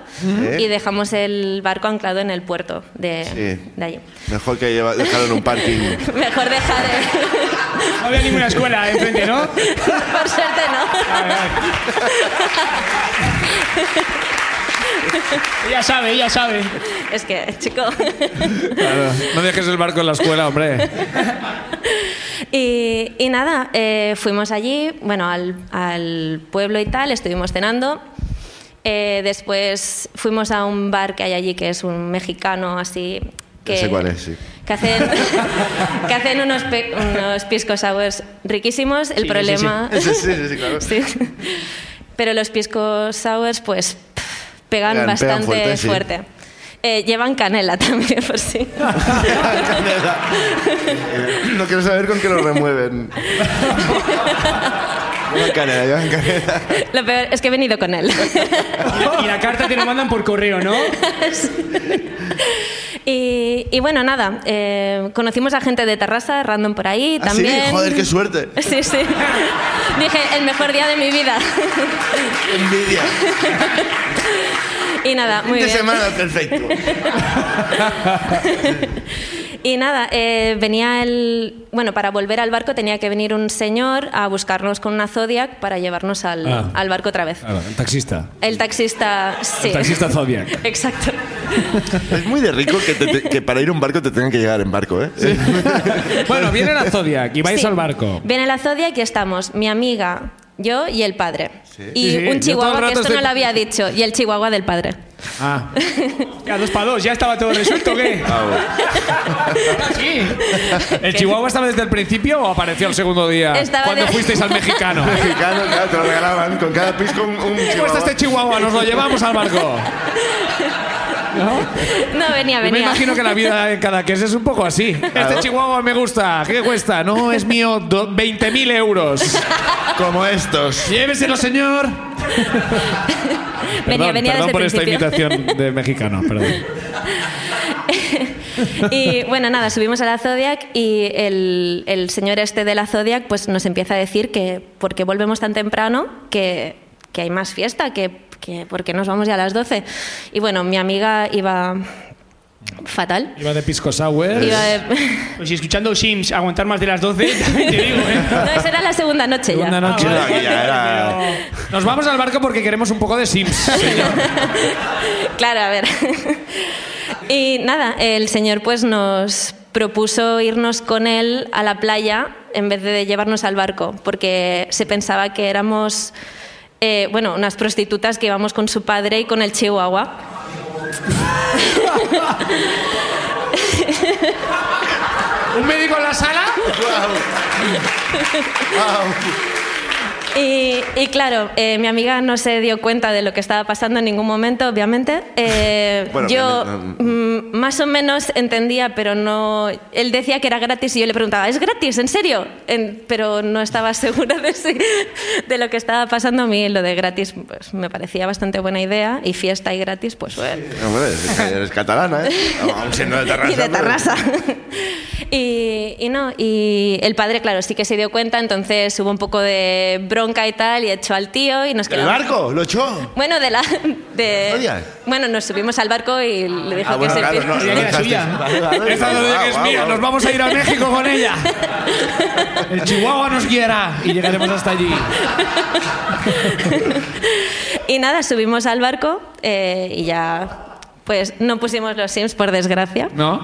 Speaker 7: y dejamos el barco anclado en el puerto de,
Speaker 2: Sí.
Speaker 7: de allí.
Speaker 2: Mejor que lleva- dejarlo en un parking.
Speaker 7: Mejor deja de.
Speaker 3: No había ninguna escuela enfrente, ¿no?
Speaker 7: Por suerte no.
Speaker 3: Ella sabe, ella sabe.
Speaker 7: Es que, chico.
Speaker 1: Claro, No dejes el barco en la escuela, hombre.
Speaker 7: Y, y nada, eh, fuimos allí, bueno, al, al pueblo y tal, estuvimos cenando. Eh, después fuimos a un bar que hay allí que es un mexicano así. Que,
Speaker 2: Ya sé cuál es, sí.
Speaker 7: Que hacen, que hacen unos, pe- unos pisco sours riquísimos. El
Speaker 3: Sí, sí,
Speaker 7: problema.
Speaker 2: Sí, sí, sí, sí, claro.
Speaker 7: Sí. Pero los pisco sours, pues, pff,
Speaker 2: Pegan-
Speaker 7: pegan,
Speaker 2: pegan
Speaker 7: bastante
Speaker 2: fuerte, sí.
Speaker 7: fuerte. Eh, llevan canela también, por si.
Speaker 2: No quiero saber con qué lo remueven. Llevan canela, llevan canela.
Speaker 7: Lo peor es que he venido con él.
Speaker 3: Y la carta te lo mandan por correo, ¿no?
Speaker 7: y, y bueno, nada, eh, conocimos a gente de Terrassa, random por ahí
Speaker 2: ¿Ah, sí?
Speaker 7: también.
Speaker 2: Joder, qué suerte.
Speaker 7: Sí, sí. Dije, el mejor día de mi vida.
Speaker 2: Qué envidia.
Speaker 7: y nada, muy
Speaker 2: Fin de
Speaker 7: bien.
Speaker 2: semana, perfecto.
Speaker 7: Y nada, eh, venía el. Bueno, para volver al barco tenía que venir un señor a buscarnos con una Zodiac para llevarnos al,
Speaker 6: Ah.
Speaker 7: al barco otra vez.
Speaker 6: Claro, el taxista.
Speaker 7: El taxista. Sí.
Speaker 6: El taxista Zodiac.
Speaker 7: Exacto.
Speaker 2: Es muy de rico que, te- te- que para ir a un barco te tengan que llegar en barco, ¿eh?
Speaker 1: Bueno, viene la Zodiac y vais
Speaker 7: Sí.
Speaker 1: al barco.
Speaker 7: Viene la Zodiac y aquí estamos, mi amiga, yo y el padre. Y
Speaker 1: Sí, sí, yo
Speaker 7: un
Speaker 1: todo el
Speaker 7: chihuahua, que
Speaker 1: rato
Speaker 7: esto
Speaker 1: estoy-
Speaker 7: no lo había dicho, y el chihuahua del padre.
Speaker 1: Ah,
Speaker 3: Ya, dos para dos, ya estaba todo resuelto, ¿qué? Sí.
Speaker 1: ¿El Chihuahua estaba desde el principio o apareció el segundo día?
Speaker 7: Estaba
Speaker 1: cuando
Speaker 7: de-
Speaker 1: fuisteis al mexicano.
Speaker 2: Mexicano, claro, te lo regalaban con cada pisco un, un
Speaker 1: ¿Qué cuesta
Speaker 2: chihuahua.
Speaker 1: este Chihuahua? Nos lo llevamos al barco.
Speaker 7: No, venía,
Speaker 1: Yo me
Speaker 7: venía.
Speaker 1: imagino que la vida en cada es un poco así. Este Chihuahua me gusta. ¿Qué cuesta? No, es mío. do- 20.000 euros.
Speaker 2: Como estos.
Speaker 1: Lléveselo, señor.
Speaker 7: venía,
Speaker 1: perdón,
Speaker 7: venía
Speaker 1: perdón
Speaker 7: desde
Speaker 1: por
Speaker 7: el
Speaker 1: esta
Speaker 7: principio.
Speaker 1: imitación de mexicano. Perdón.
Speaker 7: Y bueno, nada, subimos a la Zodiac y el, el señor este de la Zodiac pues nos empieza a decir que porque volvemos tan temprano, que, que hay más fiesta, que, que porque nos vamos ya a las 12. Y bueno, mi amiga iba fatal.
Speaker 1: Iba de pisco sour.
Speaker 7: Iba de-
Speaker 3: Pues si escuchando Sims aguantar más de las 12, también te digo, ¿eh?
Speaker 7: No, esa era la segunda noche ya.
Speaker 1: Segunda noche.
Speaker 2: Era- era-
Speaker 1: Nos vamos al barco porque queremos un poco de Sims.
Speaker 7: Ah, Claro, a ver. Y nada, el señor pues nos propuso irnos con él a la playa en vez de llevarnos al barco, porque se pensaba que éramos, eh, bueno, unas prostitutas que íbamos con su padre y con el chihuahua.
Speaker 1: ¿Un médico en la sala?
Speaker 7: Y, y claro, eh, mi amiga no se dio cuenta de lo que estaba pasando en ningún momento, obviamente. Eh,
Speaker 2: Bueno,
Speaker 7: yo
Speaker 2: obviamente,
Speaker 7: mm, más o menos entendía, pero no... Él decía que era gratis y yo le preguntaba, ¿es gratis? ¿En serio? En- pero no estaba segura de, si- de lo que estaba pasando a mí. Lo de gratis pues, me parecía bastante buena idea y fiesta y gratis, pues bueno.
Speaker 2: Hombre, es que eres catalana, ¿eh? Aún siendo de Tarrasa.
Speaker 7: Y de
Speaker 2: pero-
Speaker 7: Tarrasa. y, y no, y el padre, claro, sí que se dio cuenta, entonces hubo un poco de bronca y tal, y echó al tío y nos
Speaker 2: ¿El
Speaker 7: quedamos.
Speaker 2: barco? ¿Lo echó?
Speaker 7: Bueno, de la. de-
Speaker 2: Zodiac?
Speaker 7: bueno, nos subimos al barco y le dijo
Speaker 2: Ah,
Speaker 7: que
Speaker 2: bueno,
Speaker 7: se.
Speaker 2: claro, no, no
Speaker 3: Era
Speaker 2: dejaste-
Speaker 3: suya.
Speaker 2: Vale, vale,
Speaker 1: Esta
Speaker 2: vale,
Speaker 1: Zodiac
Speaker 2: guau,
Speaker 1: es
Speaker 2: guau,
Speaker 1: mía,
Speaker 2: guau.
Speaker 1: nos vamos a ir a México con ella. El Chihuahua nos guiará y llegaremos hasta allí.
Speaker 7: Y nada, subimos al barco eh, y ya. Pues no pusimos los Sims, por desgracia.
Speaker 1: ¿No?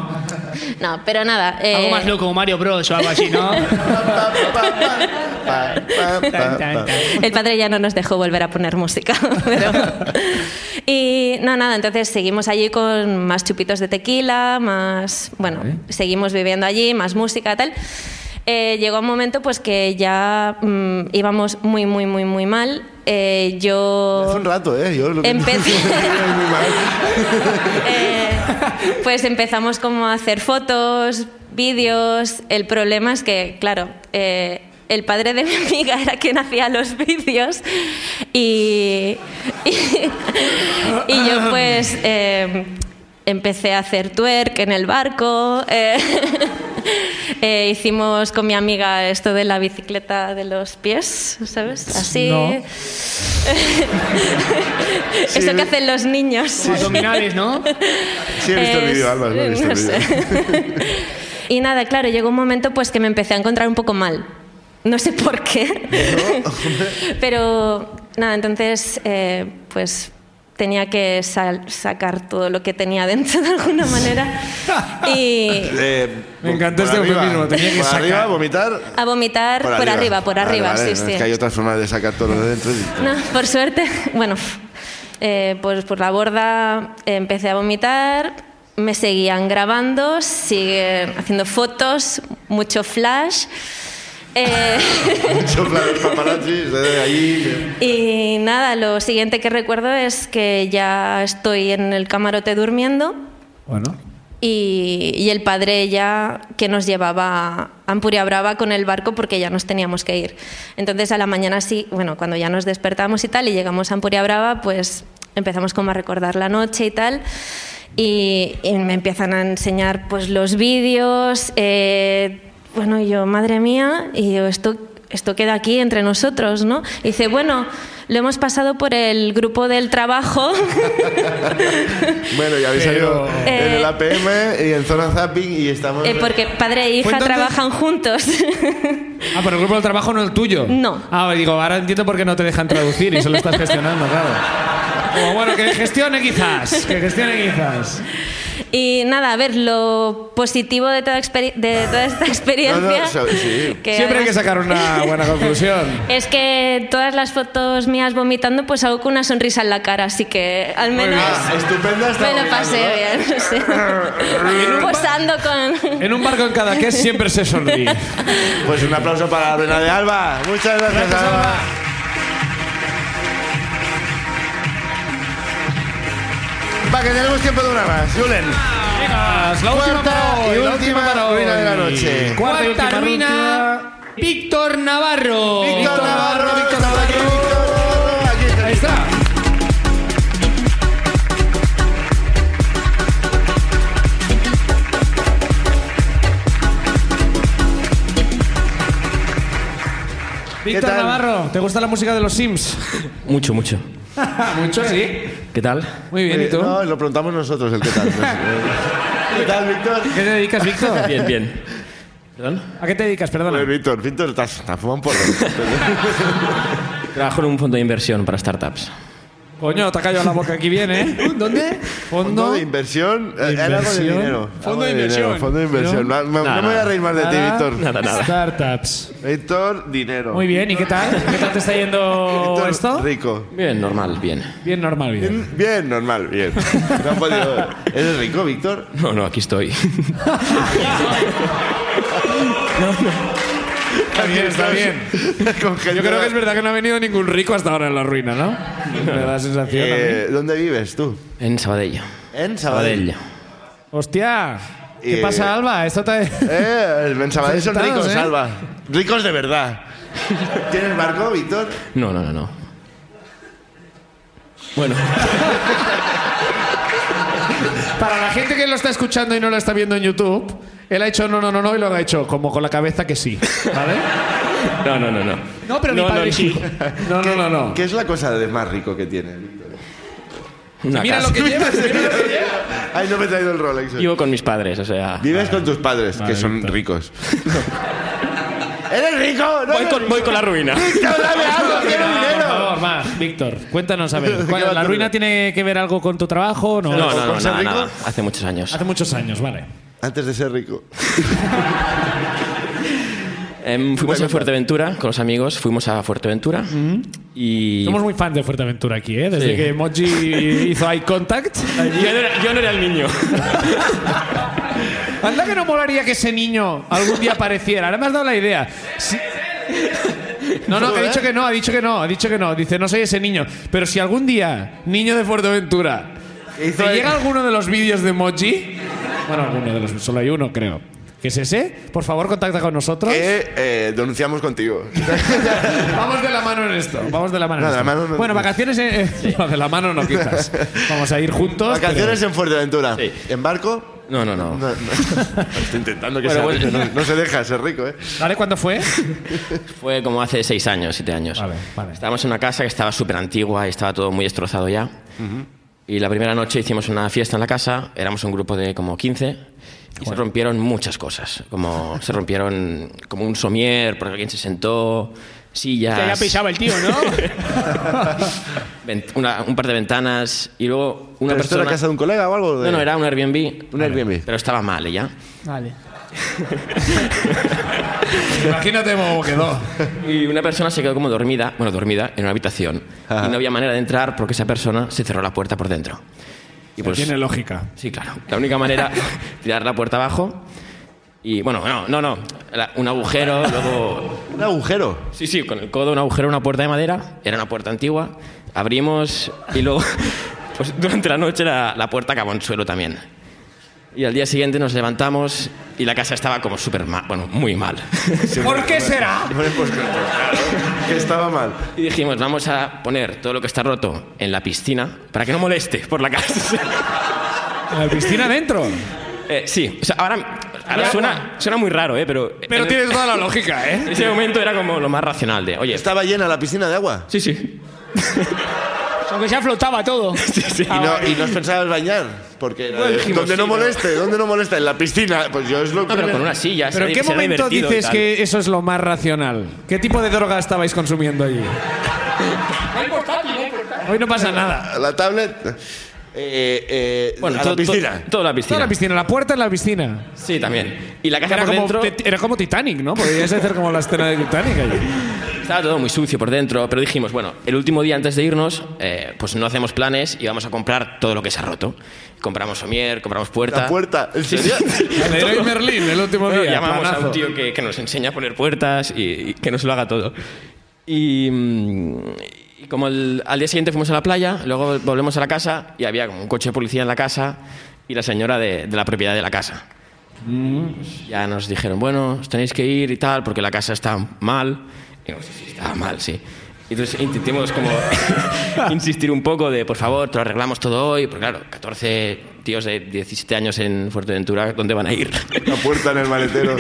Speaker 7: No, pero nada. eh,
Speaker 3: Algo más loco, Mario Bros o algo así, ¿no?
Speaker 2: Pa, pa, pa, pa. pa, pa, pa, pa.
Speaker 7: El padre ya no nos dejó volver a poner música. pero- Y no, nada, entonces seguimos allí con más chupitos de tequila, más. Bueno, seguimos viviendo allí, más música, tal. Eh, llegó un momento pues que ya mm, íbamos muy, muy, muy, muy mal. Eh,
Speaker 2: Hace
Speaker 7: yo
Speaker 2: un rato, ¿eh? Yo lo que-
Speaker 7: empecé.
Speaker 2: Muy mal.
Speaker 7: Eh, pues empezamos como a hacer fotos, vídeos. El problema es que, claro, eh, el padre de mi amiga era quien hacía los vídeos y, y, y yo pues eh, empecé a hacer twerk en el barco. eh, eh, hicimos con mi amiga esto de la bicicleta de los pies, ¿sabes? Así.
Speaker 1: No.
Speaker 7: Eso que hacen los niños.
Speaker 3: Abdominales, ¿no?
Speaker 2: Sí, he visto el
Speaker 7: Es-
Speaker 2: vídeo, Alba. lo he visto el
Speaker 7: no
Speaker 2: vídeo.
Speaker 7: sé. y nada, claro, llegó un momento pues que me empecé a encontrar un poco mal. No sé por qué. Pero nada, entonces eh, pues tenía que sal- sacar todo lo que tenía dentro de alguna manera. Y
Speaker 2: Eh,
Speaker 1: Me encanta
Speaker 2: por
Speaker 1: este
Speaker 2: arriba.
Speaker 1: eufemismo, tenía que
Speaker 2: Por
Speaker 1: sacar.
Speaker 2: arriba, vomitar.
Speaker 7: a vomitar por, arriba. por
Speaker 2: Vale,
Speaker 7: arriba,
Speaker 2: vale,
Speaker 7: sí,
Speaker 2: no,
Speaker 7: sí.
Speaker 2: Es que hay otras formas de sacar todo lo de dentro. y-
Speaker 7: No, por suerte, bueno, eh, pues por la borda empecé a vomitar, me seguían grabando, siguen haciendo fotos, mucho flash. eh,
Speaker 2: Muchos planes paparazzis, eh, ahí.
Speaker 7: y nada, lo siguiente que recuerdo es que ya estoy en el camarote durmiendo
Speaker 1: Bueno.
Speaker 7: y, y el padre ya que nos llevaba a Ampuria Brava con el barco porque ya nos teníamos que ir. Entonces a la mañana sí, bueno, cuando ya nos despertamos y tal y llegamos a Ampuria Brava, pues empezamos como a recordar la noche y tal. Y, y me empiezan a enseñar pues los vídeos, eh, bueno, y yo, madre mía, y yo, esto, esto queda aquí entre nosotros, ¿no? Y dice, bueno, lo hemos pasado por el grupo del trabajo.
Speaker 2: Bueno, ya habéis salido en el
Speaker 7: Eh,
Speaker 2: APM y en zona zapping y estamos.
Speaker 7: Eh, porque padre e hija
Speaker 1: ¿Fue entonces?
Speaker 7: trabajan juntos.
Speaker 1: Ah, pero el grupo del trabajo no el tuyo.
Speaker 7: No.
Speaker 1: Ah, digo, ahora entiendo por qué no te dejan traducir y se lo estás gestionando, claro. O bueno, que gestione quizás, que gestione quizás.
Speaker 7: y nada, a ver, lo positivo de toda, experi- de toda esta experiencia.
Speaker 2: No, no, sí.
Speaker 1: Siempre hay que
Speaker 7: además-
Speaker 1: sacar una buena conclusión.
Speaker 7: Es que todas las fotos mías vomitando, pues hago con una sonrisa en la cara, así que al menos
Speaker 2: Ah, estupenda está
Speaker 7: me lo
Speaker 2: vomitando, ¿no?
Speaker 7: pasé bien. sí. Posando con.
Speaker 1: En un barco en cada que siempre se sonríe.
Speaker 2: Pues un aplauso para la reina de Alba. Muchas gracias, Alba. Va, que tenemos tiempo de una más. Julen.
Speaker 1: Venga, la última
Speaker 2: Cuarta
Speaker 1: para hoy,
Speaker 2: y
Speaker 1: la
Speaker 2: última ruina de la noche.
Speaker 1: Cuarta y última
Speaker 3: Cuarta
Speaker 1: ruina.
Speaker 3: ruina, Víctor Navarro.
Speaker 2: Víctor Navarro, Víctor Navarro, Víctor Navarro. Aquí está.
Speaker 1: Ahí está. Víctor
Speaker 2: tal?
Speaker 1: Navarro, ¿te gusta la música de los Sims?
Speaker 8: Mucho, mucho.
Speaker 1: Ah, Mucho, sí.
Speaker 8: ¿Qué tal?
Speaker 1: Muy bien, ¿y
Speaker 2: Eh,
Speaker 1: tú?
Speaker 2: No, lo preguntamos nosotros el qué tal. ¿Qué tal, Víctor?
Speaker 1: ¿A qué te dedicas, Víctor?
Speaker 8: Bien, bien. ¿Perdón?
Speaker 1: ¿A qué te dedicas,
Speaker 2: Pues,
Speaker 1: perdona?
Speaker 2: Víctor, Víctor, te has te has fumado un porro.
Speaker 8: Trabajo en un fondo de inversión para startups.
Speaker 1: Coño, te ha callado la boca aquí bien, ¿eh? ¿Dónde?
Speaker 2: Fondo
Speaker 1: Fondo.
Speaker 2: de inversión, eh, era algo de
Speaker 1: Inversión.
Speaker 2: dinero.
Speaker 6: Fondo
Speaker 2: Algo
Speaker 6: de
Speaker 2: dinero,
Speaker 6: inversión.
Speaker 2: Fondo de inversión. No, no-
Speaker 8: Nada,
Speaker 2: no me voy a reír más de ti,
Speaker 1: nada.
Speaker 2: Víctor.
Speaker 8: Nada, nada.
Speaker 1: Startups.
Speaker 2: Víctor, dinero.
Speaker 1: Muy bien, ¿y qué tal? ¿Qué tal te está yendo
Speaker 2: Víctor,
Speaker 1: esto?
Speaker 2: Rico.
Speaker 8: Bien, normal, bien.
Speaker 1: Bien normal, bien.
Speaker 2: Bien, bien, normal, bien. No han podido- ¿Eres rico, Víctor?
Speaker 8: No, no, aquí estoy.
Speaker 1: Está bien, está bien.
Speaker 2: Con gente-
Speaker 1: Yo creo que es verdad que no ha venido ningún rico hasta ahora en la ruina, ¿no? Me da la sensación. a mí.
Speaker 2: Eh, ¿Dónde vives tú?
Speaker 8: En Sabadell.
Speaker 2: En Sabadell.
Speaker 8: Sabadell.
Speaker 1: Hostia, ¿qué
Speaker 2: eh,
Speaker 1: pasa, Alba? Esto te...
Speaker 2: Eh, en Sabadell son
Speaker 1: Afectados,
Speaker 2: ricos,
Speaker 1: ¿eh?
Speaker 2: Alba. Ricos de verdad. ¿Tienes barco, Víctor?
Speaker 8: No, no, no, no. Bueno,
Speaker 1: Para la gente que lo está escuchando y no lo está viendo en YouTube, él ha hecho no, no, no, no y lo ha hecho como con la cabeza que sí, ¿vale?
Speaker 8: no, no, no, no.
Speaker 1: No, pero
Speaker 8: No,
Speaker 1: mi padre
Speaker 8: no,
Speaker 1: sí. No, no, no, no.
Speaker 2: ¿Qué es la cosa de más rico que tiene, Víctor?
Speaker 8: Una
Speaker 1: Mira lo
Speaker 8: casa.
Speaker 1: que llevas.
Speaker 2: Ay, no me he traído el Rolex.
Speaker 8: Vivo con mis padres, o sea...
Speaker 2: Vives con tus padres, que son ricos. ¡Eres rico! ¡No
Speaker 8: Voy con, voy con la ruina.
Speaker 2: Víctor, dame algo! ¡Quiero
Speaker 1: Por
Speaker 2: dinero!
Speaker 1: favor, va, Víctor, cuéntanos, a ver.
Speaker 2: ¿Qué va
Speaker 1: ¿cuál-
Speaker 2: a
Speaker 1: ¿La
Speaker 2: tener?
Speaker 1: ruina tiene que ver algo con tu trabajo? No,
Speaker 8: No, no, no,
Speaker 2: ser
Speaker 8: nada,
Speaker 2: rico?
Speaker 8: nada. Hace muchos años.
Speaker 1: Hace muchos años, vale.
Speaker 2: Antes de ser rico.
Speaker 8: Em, fuimos a Fuerteventura con los amigos, fuimos a Fuerteventura y...
Speaker 6: Somos muy fans de Fuerteventura aquí, ¿eh? Desde
Speaker 8: Sí.
Speaker 6: que Moji hizo eye contact. allí.
Speaker 8: Yo no era- yo no era el niño.
Speaker 1: Anda que no molaría que ese niño algún día apareciera. Ahora me has dado la idea. Si- No, no, que ha dicho que no, ha dicho que no, ha dicho que no. Dice, no soy ese niño. Pero si algún día, niño de Fuerteventura,
Speaker 4: Hizo
Speaker 1: ¿te
Speaker 4: el-
Speaker 1: llega alguno de los vídeos de Moji? Bueno, alguno de los, solo hay uno, creo. ¿Qué es ese? Por favor, contacta con nosotros.
Speaker 2: Que eh, denunciamos contigo.
Speaker 1: Vamos de la mano en esto. Vamos de la mano en
Speaker 2: No, de
Speaker 1: esto.
Speaker 2: la mano no-
Speaker 1: bueno, vacaciones. eh, eh, no, de la mano no, quizás. Vamos a ir juntos. pero-
Speaker 2: Vacaciones en Fuerteventura.
Speaker 8: Sí.
Speaker 2: ¿En barco?
Speaker 8: No, no, no.
Speaker 2: No, no. Estoy intentando que
Speaker 8: Bueno,
Speaker 2: sea
Speaker 8: pues-
Speaker 2: rico, no, no se deja ser rico, ¿eh?
Speaker 1: ¿Vale? ¿Cuándo fue?
Speaker 8: Fue como hace seis años, siete años.
Speaker 1: Vale, vale.
Speaker 8: Estábamos en una casa que estaba súper antigua y estaba todo muy destrozado ya. Y la primera noche hicimos una fiesta en la casa, éramos un grupo de como 15 y se rompieron muchas cosas. Como se rompieron como un somier porque alguien se sentó,
Speaker 3: O sea, ya
Speaker 8: sillas,
Speaker 3: pisaba el tío, ¿no?
Speaker 8: vent- una- un par de ventanas y luego
Speaker 2: ¿Pero
Speaker 8: una
Speaker 2: esto
Speaker 8: persona.
Speaker 2: era casa de un colega o algo? de-
Speaker 8: No, no, era un Airbnb.
Speaker 2: Un Airbnb.
Speaker 8: Pero estaba mal ¿eh? ya.
Speaker 3: Vale.
Speaker 1: Imagínate cómo quedó.
Speaker 8: Y una persona se quedó como dormida, bueno, dormida en una habitación.
Speaker 2: Ajá.
Speaker 8: Y no había manera de entrar porque esa persona se cerró la puerta por dentro. Y pues,
Speaker 6: Tiene lógica.
Speaker 8: sí, claro. La única manera, tirar la puerta abajo. Y bueno, no, no, no. La- un agujero, luego.
Speaker 2: Un agujero.
Speaker 8: Sí, sí, con el codo, un agujero, una puerta de madera. Era una puerta antigua. Abrimos y luego, pues durante la noche la, la puerta acabó en suelo también. Y al día siguiente nos levantamos y la casa estaba como súper mal, bueno, muy mal.
Speaker 1: ¿Por qué será?
Speaker 2: Hombre, pues, claro, que estaba mal.
Speaker 8: Y dijimos, vamos a poner todo lo que está roto en la piscina para que no moleste por la casa.
Speaker 1: La piscina dentro.
Speaker 8: Eh, sí, o sea, ahora, ahora suena, suena muy raro, ¿eh? Pero,
Speaker 1: Pero
Speaker 8: en-
Speaker 1: tienes toda la lógica,
Speaker 8: en
Speaker 1: ¿eh?
Speaker 8: ese momento era como lo más racional de, oye,
Speaker 2: ¿Estaba llena la piscina de agua?
Speaker 8: sí, sí.
Speaker 3: Aunque ya flotaba todo.
Speaker 2: Y no, y no os pensabas bañar, porque era de,
Speaker 8: Ah, dijimos,
Speaker 2: donde
Speaker 8: sí,
Speaker 2: no
Speaker 8: pero-
Speaker 2: moleste, donde no molesta, en la piscina, pues yo es lo
Speaker 8: No, pero
Speaker 2: primero.
Speaker 8: con una silla.
Speaker 1: ¿Pero en
Speaker 8: será-
Speaker 1: qué
Speaker 8: será
Speaker 1: momento
Speaker 8: divertido y
Speaker 1: dices
Speaker 8: tal.
Speaker 1: que eso es lo más racional? ¿Qué tipo de droga estabais consumiendo allí? Hoy no pasa nada.
Speaker 2: la tablet, eh, eh,
Speaker 8: Bueno,
Speaker 2: a
Speaker 8: todo-
Speaker 2: la piscina.
Speaker 8: todo- toda la piscina.
Speaker 1: Toda la piscina, la puerta en la piscina.
Speaker 8: Sí, también. Y la casa
Speaker 1: Era
Speaker 8: por
Speaker 1: como,
Speaker 8: dentro
Speaker 1: te- era como Titanic, ¿no? Podrías hacer como la escena de Titanic allí.
Speaker 8: estaba todo muy sucio por dentro, pero dijimos, bueno, el último día antes de irnos, eh, pues no hacemos planes y vamos a comprar todo lo que se ha roto. Compramos somier, compramos puerta.
Speaker 2: la puerta. ¿En serio?
Speaker 1: El héroe Merlín, el último
Speaker 8: Bueno,
Speaker 1: día.
Speaker 8: llamamos a
Speaker 1: planazo.
Speaker 8: un tío que, que nos enseña a poner puertas y, y que nos lo haga todo. Y, mm, y como el- al día siguiente fuimos a la playa, luego volvemos a la casa y había como un coche de policía en la casa y la señora de, de la propiedad de la casa. Ya nos dijeron, bueno, os tenéis que ir y tal, porque la casa está mal. Y no, sí, sí, está mal, sí. Y Entonces intentemos como insistir un poco de, por favor, te lo arreglamos todo hoy, porque claro, 14 tíos de 17 años en Fuerteventura, ¿dónde van a ir?
Speaker 2: la puerta en el maletero.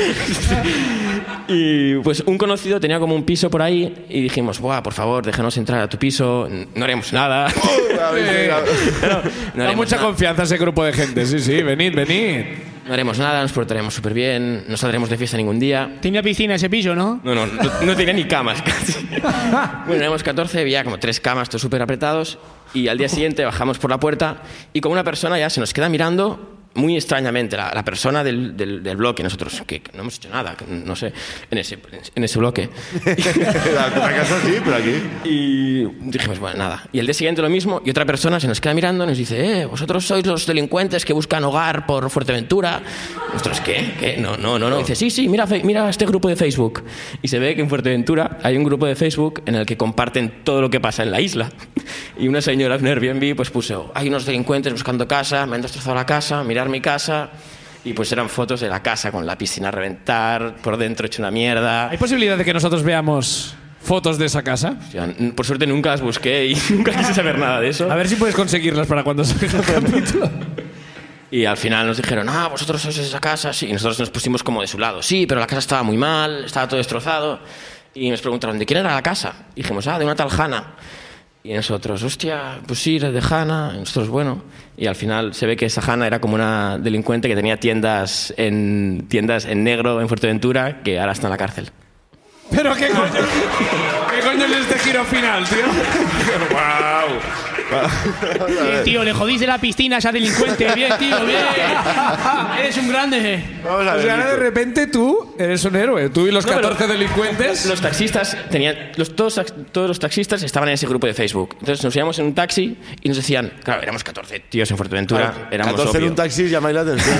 Speaker 8: Y pues un conocido tenía como un piso por ahí y dijimos, Buah, por favor, déjanos entrar a tu piso, n- no haremos nada.
Speaker 2: La piscina.
Speaker 8: No
Speaker 1: Da
Speaker 8: haremos,
Speaker 1: mucha
Speaker 8: nada,
Speaker 1: confianza ese grupo de gente. Sí, sí, venid, venid.
Speaker 8: no haremos nada, nos portaremos súper bien, no saldremos de fiesta ningún día.
Speaker 3: Tenía piscina ese piso, ¿no?
Speaker 8: No, no, no, no tenía ni camas casi. Bueno, éramos 14, había como tres camas, todos súper apretados. Y al día siguiente bajamos por la puerta y como una persona ya se nos queda mirando muy extrañamente, la, la persona del, del, del bloque, nosotros, que no hemos hecho nada, que no sé, en ese, en ese bloque.
Speaker 2: la, la casa sí, pero aquí.
Speaker 8: Y dijimos, bueno, nada. Y el día siguiente lo mismo, y otra persona se nos queda mirando y nos dice, eh, vosotros sois los delincuentes que buscan hogar por Fuerteventura. Nosotros, ¿qué? ¿Qué? No, no, no, no. dice, sí, sí, mira, fe- mira este grupo de Facebook. Y se ve que en Fuerteventura hay un grupo de Facebook en el que comparten todo lo que pasa en la isla. Y una señora en Airbnb pues puso, hay unos delincuentes buscando casa, me han destrozado la casa, mirar mi casa. Y pues eran fotos de la casa con la piscina a reventar, por dentro hecho una mierda.
Speaker 1: ¿Hay posibilidad de que nosotros veamos fotos de esa casa?
Speaker 8: O sea, n- Por suerte nunca las busqué y nunca quise saber nada de eso.
Speaker 1: A ver si puedes conseguirlas para cuando salga el capítulo.
Speaker 8: Y al final nos dijeron, ah, vosotros sois esa casa, sí. Y nosotros nos pusimos como de su lado, sí, pero la casa estaba muy mal, estaba todo destrozado. Y nos preguntaron, ¿de quién era la casa? Y dijimos, ah, de una tal Hanna. Y nosotros, hostia, pues sí, era de Hanna. Y nosotros, bueno. Y al final se ve que esa Hanna era como una delincuente que tenía tiendas en, tiendas en negro en Fuerteventura, que ahora está en la cárcel.
Speaker 1: Pero qué coño, qué coño es este giro final, tío.
Speaker 3: Bien, Eh, tío, le jodís de la piscina a esa delincuente. Bien, tío, bien. Eres un grande.
Speaker 2: Vamos a
Speaker 1: O
Speaker 2: ver.
Speaker 1: sea, ahora de
Speaker 2: Víctor.
Speaker 1: repente tú eres un héroe. Tú y los
Speaker 8: No, pero-
Speaker 1: 14 delincuentes.
Speaker 8: Los taxistas tenían. Los, todos, todos los taxistas estaban en ese grupo de Facebook. Entonces nos íbamos en un taxi y nos decían. Claro, éramos 14 tíos en Fuerteventura. éramos
Speaker 2: 14 en
Speaker 8: obvio.
Speaker 2: un taxi llamáis la atención.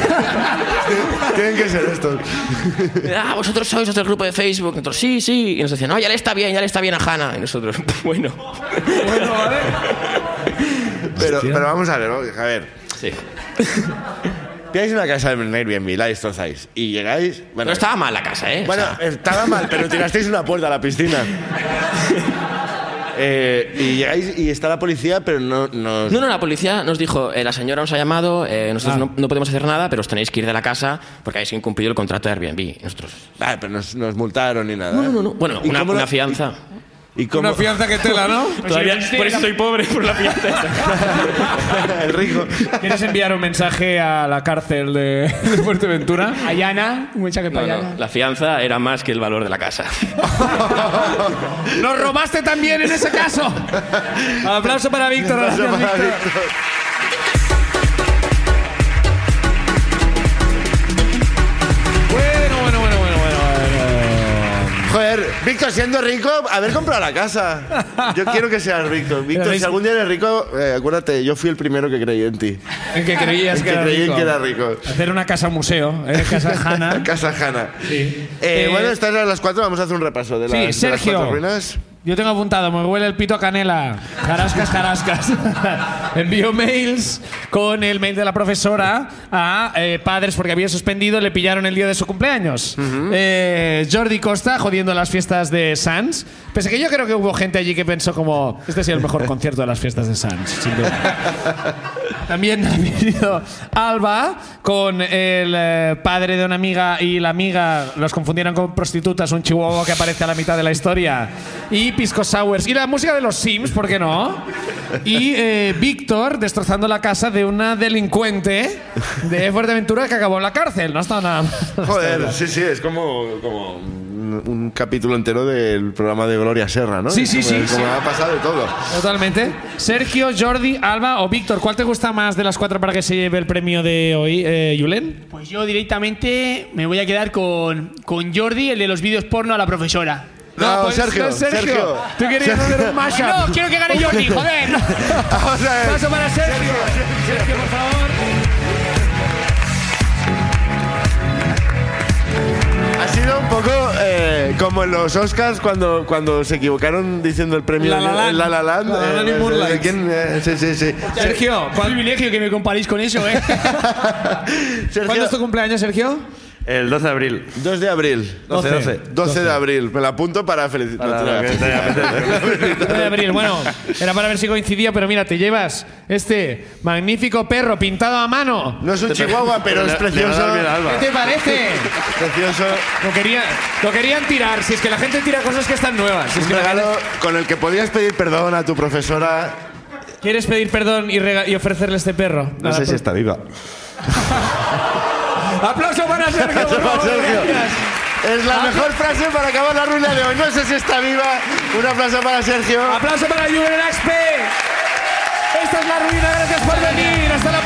Speaker 2: Tienen que ser estos.
Speaker 8: Ah, vosotros sois los del grupo de Facebook. Nosotros, sí, sí. Y nos decían, no, ya le está bien, ya le está bien a Hanna. Y nosotros, bueno.
Speaker 1: Bueno, ¿vale?
Speaker 2: Pero, pero vamos a ver, vamos a ver.
Speaker 8: Sí.
Speaker 2: Pilláis una casa en Airbnb, la destrozáis. Y llegáis. Bueno,
Speaker 8: No estaba mal la casa, ¿eh? O
Speaker 2: Bueno,
Speaker 8: sea,
Speaker 2: estaba mal, pero tirasteis una puerta a la piscina. Eh, y llegáis y está la policía, pero no. no,
Speaker 8: no, no, la policía nos dijo, eh, la señora os ha llamado, eh, nosotros
Speaker 2: Ah.
Speaker 8: no, no podemos hacer nada, pero os tenéis que ir de la casa porque habéis incumplido el contrato de Airbnb. Y nosotros,
Speaker 2: Ah, pero nos, nos multaron ni nada.
Speaker 8: no, no,
Speaker 2: ¿eh?
Speaker 8: no, no. Bueno,
Speaker 2: ¿Y
Speaker 8: una,
Speaker 2: cómo la-
Speaker 8: una fianza.
Speaker 2: ¿Y cómo?
Speaker 1: Una fianza que tela, ¿no?
Speaker 3: Pues
Speaker 8: Todavía, por eso soy pobre, por la fianza.
Speaker 2: El rico.
Speaker 1: ¿Quieres enviar un mensaje a la cárcel de, de Fuerteventura?
Speaker 3: Ayana, un mensaje
Speaker 8: No,
Speaker 3: para
Speaker 8: no,
Speaker 3: Ayana.
Speaker 8: la fianza era más que el valor de la casa.
Speaker 1: ¡Nos robaste también en ese caso! Aplauso para Víctor.
Speaker 2: Eso
Speaker 1: gracias,
Speaker 2: para
Speaker 1: Víctor.
Speaker 2: Víctor.
Speaker 1: Bueno, bueno, bueno, bueno, bueno.
Speaker 2: Joder, Víctor, siendo rico, haber comprado la casa. Yo quiero que seas rico. Víctor, si algún día eres rico, eh, acuérdate, yo fui el primero que creí en ti.
Speaker 1: ¿En qué creías
Speaker 2: El
Speaker 1: que
Speaker 2: que
Speaker 1: era
Speaker 2: creí
Speaker 1: rico?
Speaker 2: que era rico.
Speaker 1: Hacer una casa museo, ¿eh? Casa Hanna.
Speaker 2: Casa Hanna. Eh,
Speaker 1: Eh,
Speaker 2: bueno, estas eran las cuatro. Vamos a hacer un repaso de,
Speaker 1: Sí,
Speaker 2: las, de las
Speaker 1: Sergio.
Speaker 2: cuatro ruinas.
Speaker 1: Yo tengo apuntado, me huele el pito a canela. Jarascas, jarascas. Envío mails con el mail de la profesora a eh, padres porque había suspendido, le pillaron el día de su cumpleaños. Eh, Jordi Costa jodiendo las fiestas de Sans. Pese que yo creo que hubo gente allí que pensó como, este sí el mejor concierto de las fiestas de Sans, sin duda. También ha venido Alba con el eh, padre de una amiga y la amiga los confundieron con prostitutas, un chihuahua que aparece a la mitad de la historia. Y Pisco Sours. Y la música de los Sims, ¿por qué no? Y eh, Víctor destrozando la casa de una delincuente de Fuerteventura que acabó en la cárcel. No está nada mal.
Speaker 2: Joder, sí, sí, es como, como un, un capítulo entero del programa de Gloria Serra, ¿no?
Speaker 1: Sí, sí,
Speaker 2: Es como-
Speaker 1: sí,
Speaker 2: Como
Speaker 1: sí.
Speaker 2: ha pasado de todo.
Speaker 1: Totalmente. Sergio, Jordi, Alba o Víctor, ¿cuál te gusta más de las cuatro para que se lleve el premio de hoy, eh, Julen?
Speaker 3: Pues yo directamente me voy a quedar con, con Jordi, el de los vídeos porno a la profesora.
Speaker 2: No, Sergio,
Speaker 1: no, Sergio.
Speaker 2: Sergio.
Speaker 1: Tú querías hacer un mashup.
Speaker 3: No, quiero que gane Jordi, joder.
Speaker 2: Vamos a ver.
Speaker 1: Paso para Sergio. Sergio, por favor.
Speaker 2: Ha sido un poco eh, como en los Oscars cuando, cuando se equivocaron diciendo el premio
Speaker 1: La La Land.
Speaker 2: de La La Land.
Speaker 1: La La Land y
Speaker 2: eh,
Speaker 1: Moonlight.
Speaker 2: ¿quién? Eh, sí, sí, sí.
Speaker 1: Sergio,
Speaker 3: Cuál privilegio que me comparéis con eso, eh.
Speaker 1: ¿cuándo
Speaker 2: Sergio,
Speaker 1: es tu cumpleaños, Sergio?
Speaker 4: El 12 de abril.
Speaker 2: 2 de abril.
Speaker 1: 12,
Speaker 2: 12, 12 de abril. Me la apunto para felicitar.
Speaker 4: Para
Speaker 2: No,
Speaker 4: lo que
Speaker 2: te
Speaker 4: te
Speaker 2: la
Speaker 4: apetece.
Speaker 1: 9 de abril. Bueno, era para ver si coincidía, pero mira, te llevas este magnífico perro pintado a mano.
Speaker 2: No es un chihuahua, pero es
Speaker 4: Le- le va a
Speaker 2: precioso.
Speaker 4: dar bien a Alba.
Speaker 1: ¿Qué te parece?
Speaker 2: Precioso.
Speaker 1: Lo, quería- lo querían tirar, si es que la gente tira cosas que están nuevas. Si es
Speaker 2: Un
Speaker 1: que la
Speaker 2: regalo con el que podías pedir perdón a tu profesora.
Speaker 1: gente- ¿Quieres pedir perdón y, rega- y ofrecerle este perro?
Speaker 2: No sé si está viva.
Speaker 1: ¡Aplauso para Sergio! por favor,
Speaker 2: Sergio.
Speaker 1: gracias.
Speaker 2: Es la mejor frase para acabar la ruina de hoy. No sé si está viva. Un aplauso para Sergio.
Speaker 1: ¡Aplauso para Julen Axpe! Esta es la ruina, gracias por venir. Hasta la